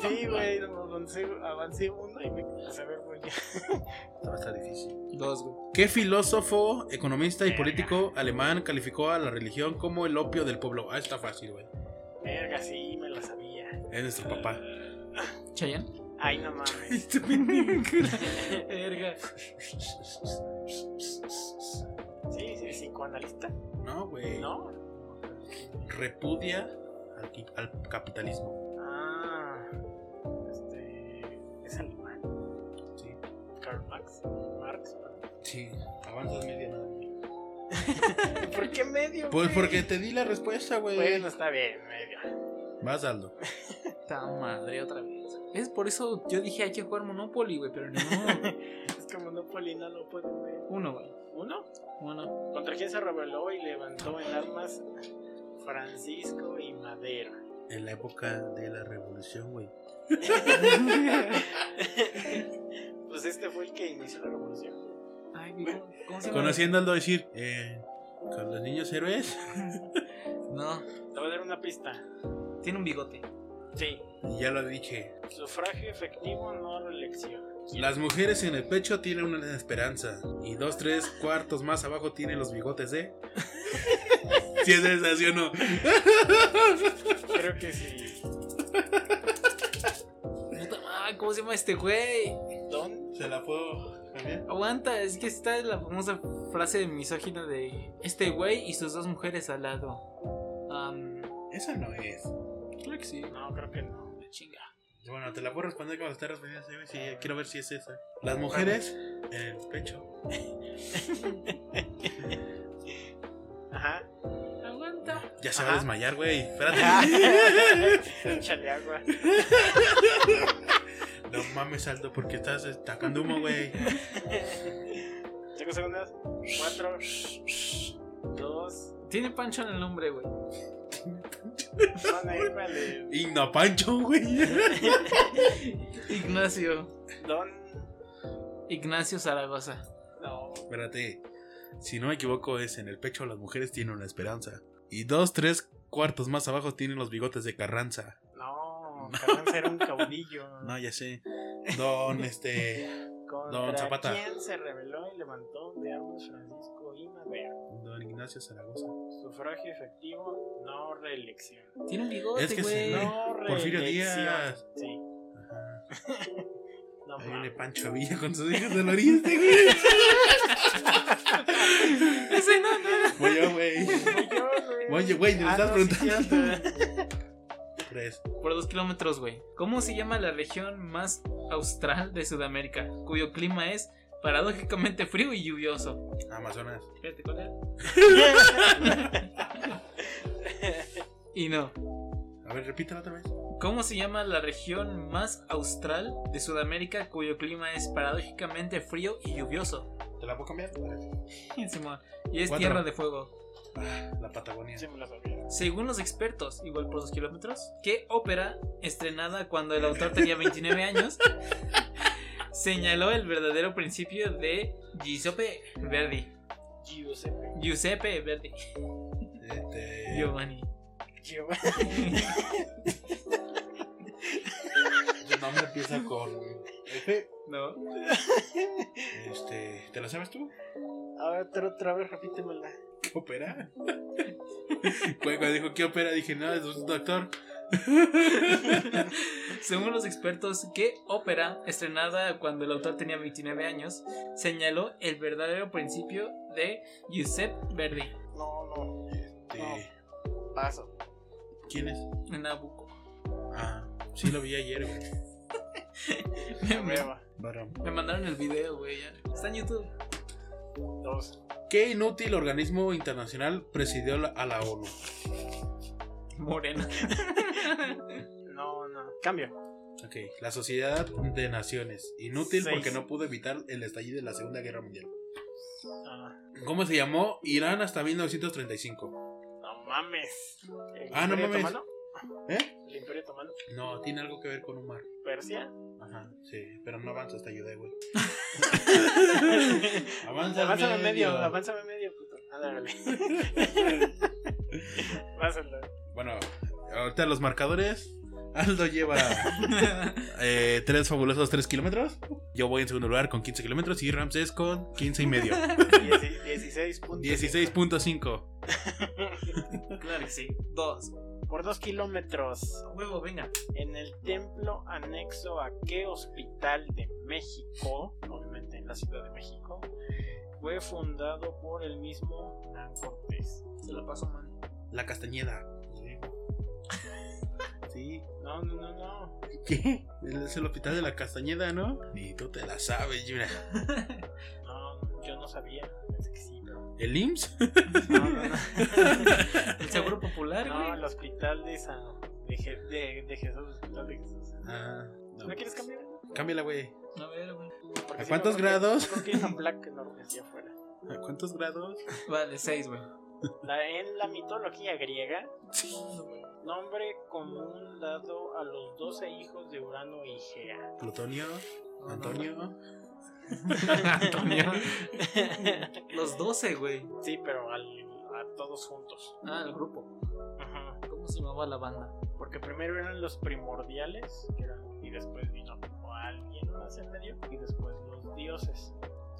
Speaker 2: Sí, güey. no, Avancé, avancé uno y me. A saber, güey. ya.
Speaker 3: No, está difícil.
Speaker 1: Dos, güey.
Speaker 3: ¿Qué filósofo, economista y político alemán calificó a la religión como el opio del pueblo? Ah, está fácil, güey.
Speaker 2: Verga, sí, me la sabía.
Speaker 3: Es nuestro papá.
Speaker 1: ¿Chayanne?
Speaker 2: Ay, no mames.
Speaker 1: Este Verga.
Speaker 2: Sí, sí, psicoanalista.
Speaker 3: No, güey.
Speaker 2: ¿No?
Speaker 3: Repudia al, qui- al capitalismo.
Speaker 2: Ah, este. Es alemán.
Speaker 3: Sí.
Speaker 2: Karl Marx. Marx. perdón.
Speaker 3: Sí. Avanzas media nada.
Speaker 2: ¿Por qué medio?
Speaker 3: Pues
Speaker 2: güey?
Speaker 3: porque te di la respuesta, güey.
Speaker 2: Bueno, está bien, medio.
Speaker 3: Vas, Aldo.
Speaker 1: Ta madre otra vez. Es por eso yo dije hay que jugar Monopoly, güey, pero no.
Speaker 2: Es que Monopoly no lo pueden ver.
Speaker 1: Uno, güey.
Speaker 2: ¿Uno?
Speaker 1: Uno.
Speaker 2: ¿Contra quién se rebeló y levantó en armas Francisco y Madero?
Speaker 3: En la época de la revolución, güey.
Speaker 2: pues este fue el que inició la revolución.
Speaker 1: Ay, güey. ¿Cómo se llama?
Speaker 3: Conociendo a Aldo decir, eh, con los niños héroes.
Speaker 1: No.
Speaker 2: Te voy a dar una pista.
Speaker 1: Tiene un bigote.
Speaker 2: Sí.
Speaker 3: Ya lo dije.
Speaker 2: Sufragio efectivo, no reelección.
Speaker 3: Las mujeres en el pecho tienen una esperanza. Y dos, tres cuartos más abajo tienen los bigotes, ¿eh? Si es esa, ¿sí o no?
Speaker 2: Creo que sí.
Speaker 1: Puta madre, ¿cómo se llama este güey?
Speaker 2: ¿Dónde?
Speaker 3: Se la puedo cambiar.
Speaker 1: Aguanta, es que está la famosa frase misógina de este güey y sus dos mujeres al lado. Am,
Speaker 3: Esa no es.
Speaker 1: creo que sí.
Speaker 2: No, creo que no.
Speaker 1: Chinga.
Speaker 3: Bueno, te la puedo responder como la estás respondiendo. sí, güey, sí, quiero ver si es esa. Las mujeres en el pecho.
Speaker 2: Ajá.
Speaker 1: Aguanta.
Speaker 3: Ya se va a
Speaker 2: Ajá.
Speaker 3: desmayar, güey. Espérate.
Speaker 2: Échale agua.
Speaker 3: No mames, Aldo, porque estás sacando humo, güey.
Speaker 2: Cinco segundos. Cuatro. Dos.
Speaker 1: Tiene pancho en el nombre, güey.
Speaker 2: Van a irme al de
Speaker 3: Y no pancho, güey.
Speaker 1: Ignacio.
Speaker 2: Don.
Speaker 1: Ignacio Zaragoza.
Speaker 2: No.
Speaker 3: Espérate. Si no me equivoco, es en el pecho las mujeres tienen una esperanza. Y dos, tres cuartos más abajo tienen los bigotes de Carranza.
Speaker 2: No. Carranza era un caudillo.
Speaker 3: No, ya sé. Don, este.
Speaker 2: ¿Contra
Speaker 3: Don Zapata.
Speaker 2: quién se rebeló y levantó de armas Francisco y Madero?
Speaker 3: Don Ignacio Zaragoza.
Speaker 2: Sufragio efectivo, no reelección.
Speaker 1: Tiene un bigote,
Speaker 3: Es que
Speaker 1: güey.
Speaker 3: se-
Speaker 2: No
Speaker 3: Porfirio
Speaker 2: reelección.
Speaker 3: Díaz.
Speaker 2: Sí.
Speaker 3: Ajá.
Speaker 2: No
Speaker 3: Ahí viene
Speaker 2: mames.
Speaker 3: Pancho Villa con sus hijos del oriente, güey.
Speaker 1: Ese no, no.
Speaker 3: Voy yo, güey.
Speaker 2: Soy yo, ah,
Speaker 3: Voy yo, güey, me estás
Speaker 2: sí,
Speaker 3: preguntando.
Speaker 2: cierto.
Speaker 3: Tres.
Speaker 1: Por dos kilómetros, güey. ¿Cómo se llama la región más austral de Sudamérica? Cuyo clima es paradójicamente frío y lluvioso.
Speaker 3: Amazonas.
Speaker 1: Fíjate cuál era. Y no.
Speaker 3: A ver, repítelo otra vez.
Speaker 1: ¿Cómo se llama la región más austral de Sudamérica cuyo clima es paradójicamente frío y lluvioso?
Speaker 3: ¿Te la puedo cambiar?
Speaker 1: Simón. Y es
Speaker 3: Cuatro.
Speaker 1: tierra de fuego.
Speaker 3: Ah, la Patagonia.
Speaker 2: Sí, me la sabía.
Speaker 1: Según los expertos, igual por dos kilómetros, que ópera, estrenada cuando el autor tenía 29 años, señaló el verdadero principio de Giuseppe Verdi.
Speaker 2: Giuseppe.
Speaker 1: Giuseppe Verdi.
Speaker 3: Este,
Speaker 1: Giovanni.
Speaker 2: Giovanni.
Speaker 3: Su nombre empieza con F.
Speaker 1: ¿No?
Speaker 3: Este, ¿Te la sabes tú?
Speaker 2: A ver, otra, otra vez repítemela.
Speaker 3: ¿Qué opera? Cuando dijo ¿qué opera? Dije, no, es un doctor.
Speaker 1: Según los expertos, que ópera, estrenada cuando el autor tenía 29 años, señaló el verdadero principio de Giuseppe Verdi.
Speaker 2: No, no,
Speaker 3: Este,
Speaker 2: paso.
Speaker 3: ¿Quién es?
Speaker 1: Nabucco.
Speaker 3: Ah, sí lo vi ayer, güey.
Speaker 2: La
Speaker 1: Me,
Speaker 2: hueva.
Speaker 3: Varón.
Speaker 1: me mandaron el video, güey. ya. Está en YouTube.
Speaker 2: Dos.
Speaker 3: ¿Qué inútil organismo internacional presidió la- a la ONU?
Speaker 1: Morena.
Speaker 2: No, no. Cambio.
Speaker 3: Ok, la Sociedad de Naciones. Inútil
Speaker 2: Seis.
Speaker 3: porque no pudo evitar el estallido de la Segunda Guerra Mundial.
Speaker 2: Ah,
Speaker 3: ¿Cómo se llamó? Irán hasta 1935.
Speaker 2: no mames. ¿El
Speaker 3: Ah, no
Speaker 2: Imperio
Speaker 3: mames.
Speaker 2: Otomano?
Speaker 3: ¿Eh?
Speaker 2: ¿El Imperio Otomano?
Speaker 3: No, tiene algo que ver con un mar.
Speaker 2: ¿Persia?
Speaker 3: Ajá, sí, pero no avanza hasta ayuda, güey. Avanza al
Speaker 2: avánzame medio, avánzame medio, puto. Ándale. Pásalo.
Speaker 3: Bueno, ahorita los marcadores. Aldo lleva eh, tres fabulosos 3 kilómetros. Yo voy en segundo lugar con 15 kilómetros y Ramses con 15 y medio.
Speaker 2: Dieci- 16 puntos.
Speaker 3: 16.5.
Speaker 1: claro que sí. Dos.
Speaker 2: Por dos kilómetros.
Speaker 1: Huevo, venga.
Speaker 2: En el templo anexo a qué hospital de México, obviamente en la Ciudad de México, fue fundado por el mismo Hernán Cortés.
Speaker 1: Se la paso, man.
Speaker 3: La Castañeda. Sí.
Speaker 2: No, no, no, no.
Speaker 3: ¿Qué? Es el hospital de la Castañeda, ¿no? Ni tú te la sabes, Yura.
Speaker 2: No, yo no sabía. Pensé que sí. No,
Speaker 3: ¿El IMSS?
Speaker 2: no, no.
Speaker 1: El seguro popular, güey.
Speaker 2: No, el hospital de San. De, Je- de, de Jesús, el hospital de Jesús.
Speaker 3: Ah,
Speaker 2: ¿No quieres cambiar?
Speaker 3: Cámbiala, güey.
Speaker 1: A ver, güey.
Speaker 2: Porque
Speaker 3: ¿A
Speaker 2: sí
Speaker 3: cuántos
Speaker 2: me acuerdo-
Speaker 3: grados?
Speaker 2: me acuerdo que hay una placa enorme así afuera.
Speaker 3: ¿A cuántos grados?
Speaker 1: Vale, seis, güey.
Speaker 2: La- en la mitología griega,
Speaker 3: Sí.
Speaker 2: nombre común dado a los 12 hijos de Urano y Gea.
Speaker 3: Plutonio,
Speaker 1: No, no,
Speaker 3: Antonio.
Speaker 1: no. Antonio. Los doce, güey.
Speaker 2: sí, pero al- a todos juntos.
Speaker 1: Ah, el grupo.
Speaker 2: Ajá.
Speaker 1: ¿Cómo se llamaba la banda?
Speaker 2: Porque primero eran los primordiales, que eran- y después vino alguien más en medio, y después los dioses,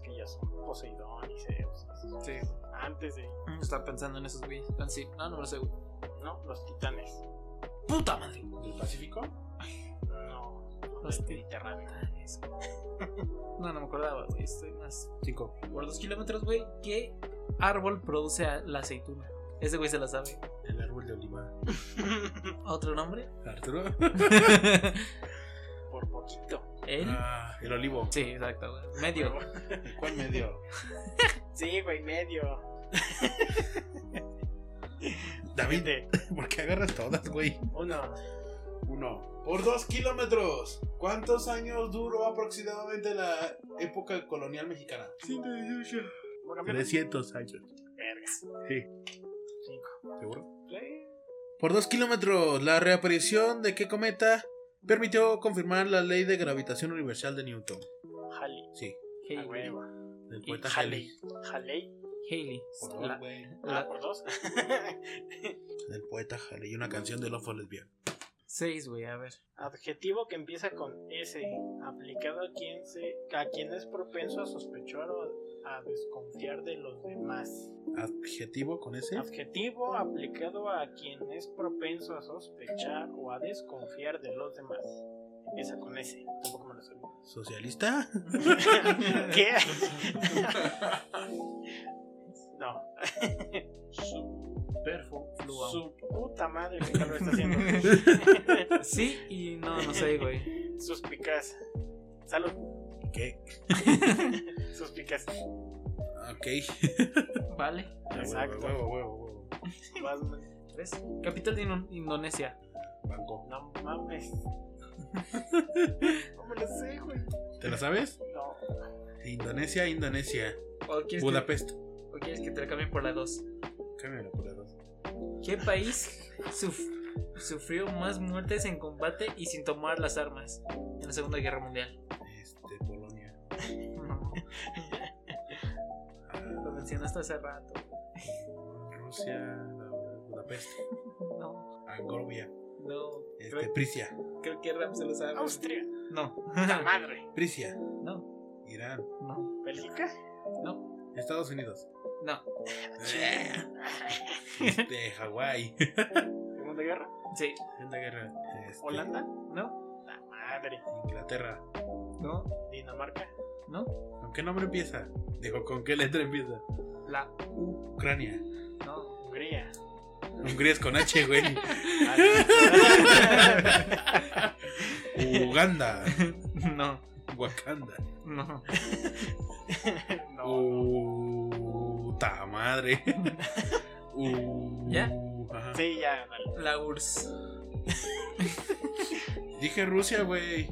Speaker 2: que ya son Poseidón y Zeus. esos.
Speaker 1: Sí.
Speaker 2: Antes de,
Speaker 1: Estaba pensando en esos güeyes. Ah, sí. No, no me lo sé, güey.
Speaker 2: no, los titanes.
Speaker 1: ¡Puta madre!
Speaker 3: ¿Del Pacífico?
Speaker 2: No,
Speaker 1: Los
Speaker 2: los Mediterráneo.
Speaker 1: No, no me acordaba, güey. Estoy más.
Speaker 3: Cinco.
Speaker 1: Por dos kilómetros, güey. ¿Qué árbol produce a- la aceituna? Ese güey se la sabe.
Speaker 3: El árbol de oliva.
Speaker 1: ¿Otro nombre?
Speaker 3: ¿Arturo?
Speaker 2: Por poquito.
Speaker 1: ¿Él?
Speaker 3: Ah, el olivo.
Speaker 1: Sí, exacto, güey. Medio.
Speaker 3: ¿Cuál medio?
Speaker 2: Sí, güey, medio.
Speaker 3: David,
Speaker 2: Siete,
Speaker 3: ¿por qué agarras todas, güey?
Speaker 2: uno.
Speaker 3: Uno. Por dos kilómetros. ¿Cuántos años duró aproximadamente la época colonial mexicana? 300 años.
Speaker 2: Vergas.
Speaker 3: Sí.
Speaker 2: Cinco.
Speaker 3: ¿Seguro?
Speaker 2: Sí.
Speaker 3: Por dos kilómetros, la reaparición de qué cometa permitió confirmar la ley de gravitación universal de Newton.
Speaker 2: Haley.
Speaker 3: Sí,
Speaker 2: A
Speaker 1: Haley.
Speaker 2: huevo.
Speaker 3: del poeta
Speaker 1: Halley.
Speaker 3: Halley.
Speaker 2: Haley.
Speaker 1: Haley.
Speaker 3: Por dos,
Speaker 1: La,
Speaker 3: güey.
Speaker 2: Ah,
Speaker 1: la
Speaker 2: por dos.
Speaker 3: Del poeta Halley. Una canción de Lofo Lesbian.
Speaker 1: seis, güey, a ver.
Speaker 2: Adjetivo que empieza con S. Aplicado a quien, se, a quien es propenso a sospechar o a desconfiar de los demás.
Speaker 3: Adjetivo con ese.
Speaker 2: Adjetivo aplicado a quien es propenso a sospechar o a desconfiar de los demás. Empieza con S. Tampoco me lo sabía.
Speaker 3: ¿Socialista?
Speaker 2: ¿Qué? no. Su
Speaker 1: Perfluo.
Speaker 2: Su puta madre que lo está haciendo.
Speaker 1: Sí y no, no sé, güey.
Speaker 2: Suspicaz. Salud,
Speaker 3: ¿Qué?
Speaker 2: suspicaz.
Speaker 3: Ok.
Speaker 1: Vale.
Speaker 2: Exacto.
Speaker 3: Huevo, huevo, huevo.
Speaker 2: Vas, man.
Speaker 1: Tres. Capital de Indo- Indonesia.
Speaker 3: Banco.
Speaker 2: No mames. No me lo sé, güey.
Speaker 3: ¿Te la sabes?
Speaker 2: No.
Speaker 3: Indonesia, Indonesia.
Speaker 1: ¿O quieres,
Speaker 3: Budapest.
Speaker 1: Que, o quieres que te la cambie por la 2?
Speaker 3: Cámbiamela por la dos.
Speaker 1: ¿Qué país suf- sufrió más muertes en combate y sin tomar las armas en la Segunda Guerra Mundial?
Speaker 3: Este, Polonia.
Speaker 1: No, lo
Speaker 3: Ah,
Speaker 1: mencionaste hace rato.
Speaker 3: Rusia. no, Budapest.
Speaker 1: No,
Speaker 3: Angorvia.
Speaker 1: no.
Speaker 3: Este, Prisia.
Speaker 1: Creo que Ram se lo sabe.
Speaker 2: Austria.
Speaker 1: No.
Speaker 2: La madre.
Speaker 3: Prisia.
Speaker 1: No,
Speaker 3: Irán.
Speaker 1: no,
Speaker 2: Bélgica.
Speaker 1: no,
Speaker 3: Estados Unidos.
Speaker 1: no.
Speaker 3: Este, Hawái.
Speaker 2: Segunda guerra.
Speaker 1: Sí,
Speaker 3: Segunda guerra. Este,
Speaker 2: Holanda.
Speaker 1: no,
Speaker 2: La madre.
Speaker 3: Inglaterra.
Speaker 1: no,
Speaker 2: Dinamarca.
Speaker 1: no.
Speaker 3: ¿Con qué nombre empieza? Digo, ¿con qué letra empieza?
Speaker 1: La U.
Speaker 3: Ucrania.
Speaker 1: No.
Speaker 2: Hungría.
Speaker 3: Hungría es con H, güey. Uganda.
Speaker 1: No,
Speaker 3: Wakanda.
Speaker 1: no.
Speaker 3: Uh.
Speaker 2: no.
Speaker 3: Puta madre. Uh,
Speaker 1: ¿Ya?
Speaker 3: ajá.
Speaker 2: Sí, ya, dale.
Speaker 1: La URSS.
Speaker 3: Dije Rusia, güey.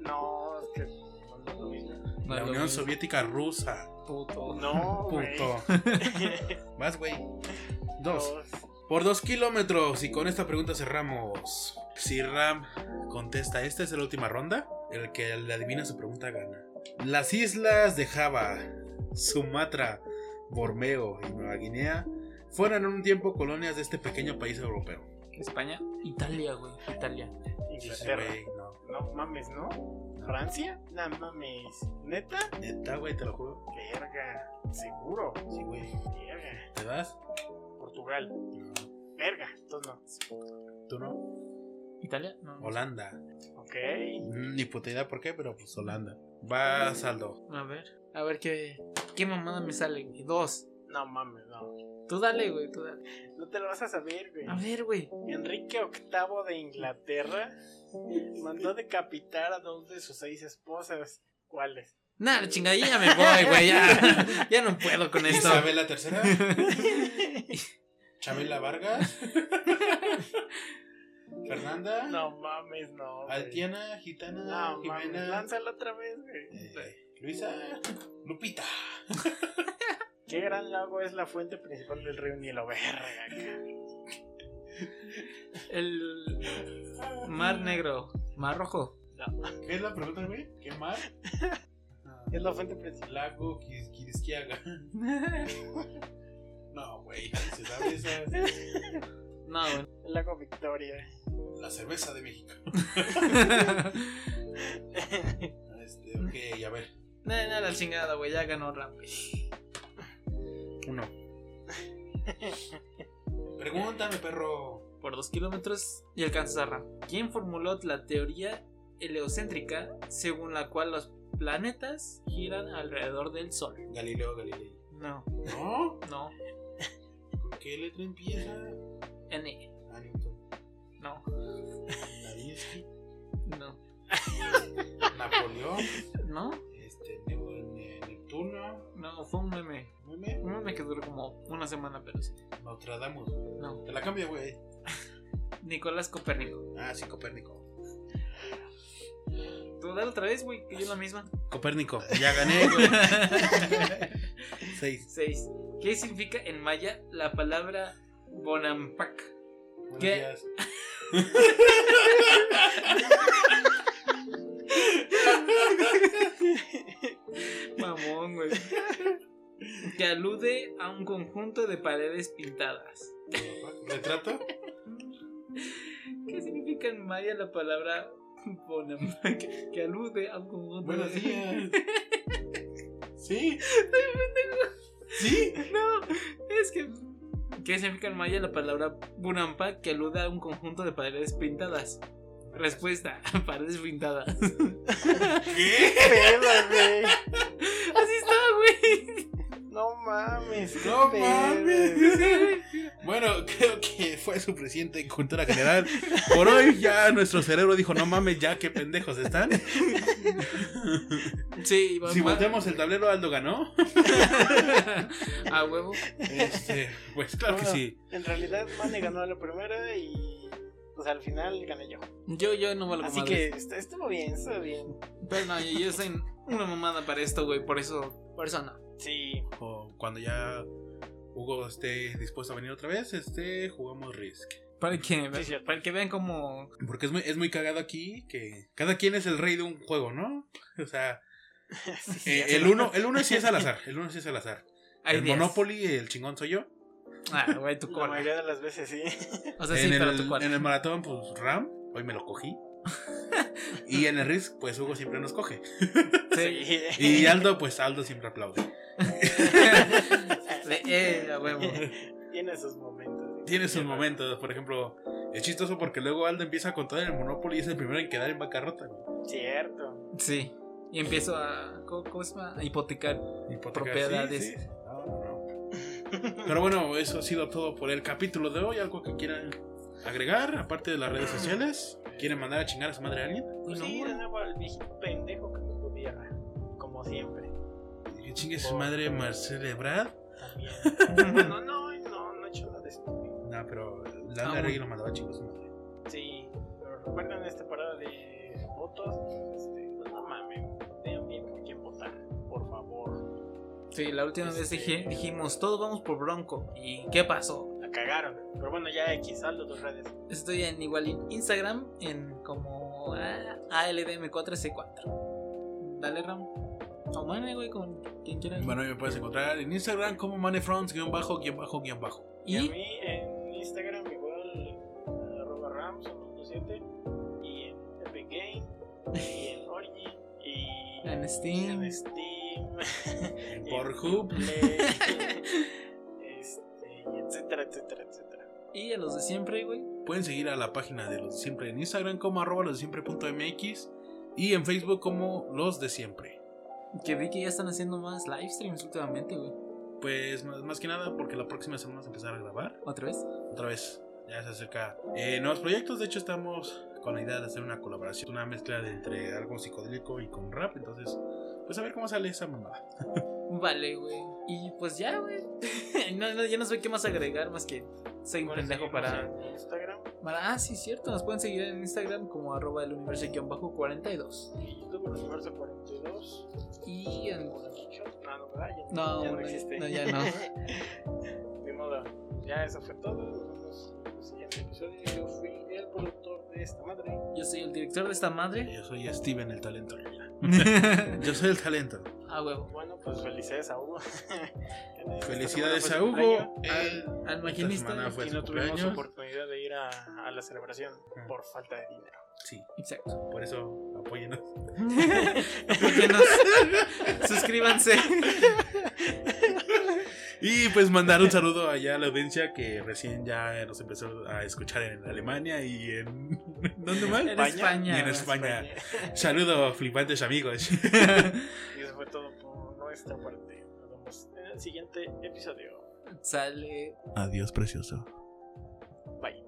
Speaker 2: No, es que no es lo mismo.
Speaker 1: No
Speaker 3: La
Speaker 1: lo
Speaker 3: Unión
Speaker 1: ves,
Speaker 3: Soviética Rusa.
Speaker 1: Puto.
Speaker 2: No, güey.
Speaker 3: Puto. Más, güey. Dos.
Speaker 2: Dos.
Speaker 3: Por dos kilómetros. Y con esta pregunta cerramos. Si Ram contesta, ¿esta es la última ronda? El que le adivina su pregunta gana. Las islas de Java, Sumatra, Borneo y Nueva Guinea fueron en un tiempo colonias de este pequeño país europeo.
Speaker 1: España. Italia, güey. Italia.
Speaker 2: Inglaterra.
Speaker 3: Güey, no.
Speaker 2: No mames, ¿no? ¿Francia? No mames. ¿Neta?
Speaker 3: Neta, güey, te lo juro.
Speaker 2: Verga. Seguro.
Speaker 3: Sí, güey.
Speaker 2: Verga.
Speaker 3: ¿Te das?
Speaker 2: Portugal.
Speaker 3: No.
Speaker 2: Verga. Entonces
Speaker 3: ¿Tú no?
Speaker 1: ¿Italia? No.
Speaker 3: Holanda.
Speaker 2: no. Ok.
Speaker 3: Mm, Ni puta idea por qué, pero pues Holanda. Va saldo.
Speaker 1: A ver. A ver qué. ¿Qué mamada me sale, güey? Dos.
Speaker 2: No mames, no.
Speaker 1: Tú dale, güey. Tú dale.
Speaker 2: No te lo vas a saber, güey.
Speaker 1: A ver, güey.
Speaker 2: Enrique VIII de Inglaterra mandó decapitar a dos de sus seis esposas. ¿Cuáles?
Speaker 1: Nah, la chingadilla ya me voy, güey. Ya, ya no puedo con esto.
Speaker 3: Isabel la tercera. Chabela Vargas. Fernanda.
Speaker 2: No mames, no. güey.
Speaker 3: Altiana, Gitana,
Speaker 2: No mames,
Speaker 3: Jimena.
Speaker 2: lánzala otra vez, güey.
Speaker 3: eh, Luisa. Lupita.
Speaker 2: Qué gran lago es la fuente principal del río Nilo, verga. cabrón.
Speaker 1: El. Mar Negro. Mar Rojo.
Speaker 3: ¿Qué es la pregunta, güey? ¿Qué mar?
Speaker 2: Es la fuente principal.
Speaker 3: Lago Quis- Quirisquiaga. No, güey. Se sabe esa.
Speaker 1: No, güey.
Speaker 2: El lago Victoria.
Speaker 3: La cerveza de México. Este, ok, a ver.
Speaker 1: Nada, nada, la chingada, güey. Ya ganó Ram.
Speaker 3: Uno. Pregúntame, perro.
Speaker 1: por dos kilómetros y alcanzas a Ram. ¿Quién formuló la teoría heliocéntrica según la cual los planetas giran alrededor del Sol?
Speaker 3: Galileo Galilei.
Speaker 1: No,
Speaker 3: ¿No?
Speaker 1: no,
Speaker 3: ¿Con qué letra empieza?
Speaker 1: N,
Speaker 3: Ah, Newton.
Speaker 1: no,
Speaker 3: Nadinsky.
Speaker 1: no,
Speaker 3: Napoleón.
Speaker 1: no,
Speaker 3: Este, Neu- Ne- Neptuno.
Speaker 1: no, fue un meme.
Speaker 3: Meme.
Speaker 1: Un meme que duró como una semana, pero sí.
Speaker 3: Nostradamus.
Speaker 1: No,
Speaker 3: Te la cambio, güey.
Speaker 1: Nicolás Copérnico.
Speaker 3: Ah, sí, Copérnico.
Speaker 1: Tú dale otra vez, güey, que yo la misma.
Speaker 3: Copérnico. Ya gané, güey. Seis.
Speaker 1: 6. ¿Qué significa en maya la palabra Bonampak?
Speaker 3: Buenos
Speaker 1: ¿Qué?
Speaker 3: días.
Speaker 1: Mamón, güey. Que alude a un conjunto de paredes pintadas.
Speaker 3: ¿Retrato?
Speaker 1: ¿Qué significa en maya la palabra bonam? Que, que alude a un conjunto
Speaker 3: Buenos
Speaker 1: de-
Speaker 3: días. ¿Sí?
Speaker 1: ¿Sí? No, es que. ¿Qué significa en maya la palabra bunampa que alude a un conjunto de paredes pintadas? Respuesta: paredes pintadas.
Speaker 3: ¿Qué?
Speaker 2: Pedo, güey.
Speaker 1: Así está, güey.
Speaker 2: No mames. qué
Speaker 3: No
Speaker 2: pedo.
Speaker 3: mames. Bueno, creo que fue su presidente en cultura general. Por hoy ya nuestro cerebro dijo, no mames, ya qué pendejos están.
Speaker 1: Sí, mamá.
Speaker 3: Si volteamos el tablero, Aldo ganó.
Speaker 1: A huevo.
Speaker 3: Este, pues claro que sí.
Speaker 2: En realidad, Mane ganó la primera y. Pues al final gané yo.
Speaker 1: Yo, yo no valgo
Speaker 2: Así
Speaker 1: madres.
Speaker 2: que est- estuvo bien, estuvo bien.
Speaker 1: Pero no, yo, yo soy una mamada para esto, güey. Por eso, por eso no.
Speaker 2: Sí,
Speaker 3: O cuando ya Hugo esté dispuesto a venir otra vez, este, jugamos Risk.
Speaker 1: Para que,
Speaker 2: Sí, cierto.
Speaker 1: para que vean como
Speaker 3: Porque es muy, es muy cagado aquí que cada quien es el rey de un juego, ¿no? O sea,
Speaker 2: sí,
Speaker 3: eh,
Speaker 2: sí.
Speaker 3: el uno, el uno sí es al azar, el uno sí es al azar.
Speaker 1: hay
Speaker 3: el
Speaker 1: días.
Speaker 3: Monopoly, el chingón soy yo.
Speaker 1: Ah, güey, tu
Speaker 2: La
Speaker 1: cola.
Speaker 2: mayoría de las veces sí.
Speaker 1: O sea, sí,
Speaker 3: en,
Speaker 1: pero
Speaker 3: el,
Speaker 1: tu cola.
Speaker 3: en el maratón, pues Ram, hoy me lo cogí. y en el Risk, pues Hugo siempre nos coge.
Speaker 1: Sí.
Speaker 3: Y Aldo, pues Aldo siempre aplaude.
Speaker 1: De- eh, a huevo.
Speaker 2: Tiene sus momentos.
Speaker 3: Tiene sus momentos, por ejemplo, es chistoso porque luego Aldo empieza a contar el Monopoly y es el primero en quedar en bancarrota. güey.
Speaker 2: Cierto.
Speaker 1: Sí. Y empiezo a. ¿Cómo, cómo se llama? A hipotecar.
Speaker 3: Hipotecar,
Speaker 1: Propiedades.
Speaker 3: pues sí, sí. No, no, no. Pero bueno, eso ha sido todo por el capítulo de hoy. Algo que quieran agregar, aparte de las redes sociales. ¿Quieren mandar a chingar a su madre a alguien?
Speaker 1: Uy, no,
Speaker 2: sí,
Speaker 1: güey.
Speaker 2: de nuevo al viejito pendejo que nos gobierna. Como siempre.
Speaker 3: Que chingue a su madre Marcel Ebrard.
Speaker 2: También. bueno, no, no, no he hecho nada de esto.
Speaker 3: No, pero
Speaker 1: Ah,
Speaker 3: la
Speaker 1: bueno.
Speaker 3: Rey lo mandaba a chingar a su madre.
Speaker 2: Sí, pero recuerden esta parada de votos. Este, pues no mamen. Vean bien por quién votar, por favor.
Speaker 1: Sí, la última vez
Speaker 2: Este-
Speaker 1: dije- dijimos, todos vamos por Bronco. ¿Y qué pasó?
Speaker 2: La cagaron. Pero bueno, ya X, saldo tus redes.
Speaker 1: Estoy en igual en Instagram, en como ah, ALDM4C4. Dale, Ram. O mane, güey, con quien quiera.
Speaker 3: Bueno, ahí me puedes encontrar en Instagram como manefronts guión bajo, guión bajo, guión bajo.
Speaker 2: Y a
Speaker 1: y
Speaker 2: mí en Instagram igual arroba rams 127 y en Epic Game y en Origin y
Speaker 1: en
Speaker 2: y
Speaker 1: Steam.
Speaker 2: en Steam
Speaker 3: En
Speaker 2: y
Speaker 3: Pornhub.
Speaker 2: en Play este, y etcétera, etcétera, etcétera.
Speaker 1: Y a los de siempre, güey.
Speaker 3: Pueden seguir a la página de los de siempre en Instagram como arroba los de siempre punto MX y en Facebook como los de siempre.
Speaker 1: Que vi que ya están haciendo más live streams últimamente, güey.
Speaker 3: Pues más, más que nada porque la próxima semana vamos a empezar a grabar
Speaker 1: ¿Otra vez?
Speaker 3: otra vez. Ya se acerca eh, nuevos proyectos. De hecho estamos con la idea de hacer una colaboración, una mezcla de entre algo psicodélico y con rap. Entonces, pues a ver cómo sale esa mamada.
Speaker 1: Vale, güey. Y pues ya, güey. no, no, ya no sé qué más agregar, más que soy un
Speaker 2: Bueno,
Speaker 1: pendejo
Speaker 2: seguimos ¿eh?
Speaker 1: para...
Speaker 2: en Instagram
Speaker 1: para- Ah, sí, cierto. Nos pueden seguir en Instagram como arroba el universo-bajo 42.
Speaker 2: y YouTube el universo 42.
Speaker 1: Y en...
Speaker 2: Ah, no, ¿verdad? Ya,
Speaker 1: No,
Speaker 2: ya no
Speaker 1: no,
Speaker 2: existe.
Speaker 1: no, ya no.
Speaker 2: De modo, ya eso fue todo. Nos vemos en el siguiente episodio. Yo fui el productor de esta madre.
Speaker 1: Yo soy el director de esta madre.
Speaker 3: Yo soy Steven el talento. Yo soy el talento.
Speaker 1: ah, huevo.
Speaker 2: Bueno, pues felicidades a Hugo.
Speaker 3: Felicidades a
Speaker 2: Esta semana fue su
Speaker 3: Hugo.
Speaker 2: cumpleaños,
Speaker 3: al-
Speaker 1: Al
Speaker 3: Eh, semana
Speaker 1: maquinista.
Speaker 3: fue
Speaker 2: y
Speaker 3: su
Speaker 2: no tuvimos
Speaker 3: cumpleaños. Ah.
Speaker 2: oportunidad de ir a, a la celebración por falta de dinero.
Speaker 3: Sí,
Speaker 1: Exacto.
Speaker 3: por eso apóyenos.
Speaker 1: Apóyennos. Suscríbanse.
Speaker 3: Y pues mandar un saludo allá a la audiencia que recién ya nos empezó a escuchar en Alemania y en... ¿Dónde más?
Speaker 1: En España.
Speaker 3: Y en
Speaker 1: güey.
Speaker 3: España. Saludos, flipantes amigos.
Speaker 2: Y eso fue todo por nuestra parte. Nos vemos en el siguiente episodio.
Speaker 1: Sale.
Speaker 3: Adiós, precioso.
Speaker 2: Bye.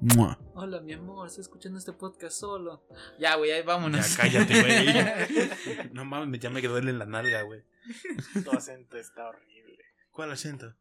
Speaker 3: Mua.
Speaker 1: Hola, mi amor. Estoy escuchando este podcast solo. Ya, güey, ahí vámonos.
Speaker 3: Ya cállate, güey. No mames, ya me quedó en la nalga, güey.
Speaker 2: Tu acento está horrible.
Speaker 3: ¿Cuál acento?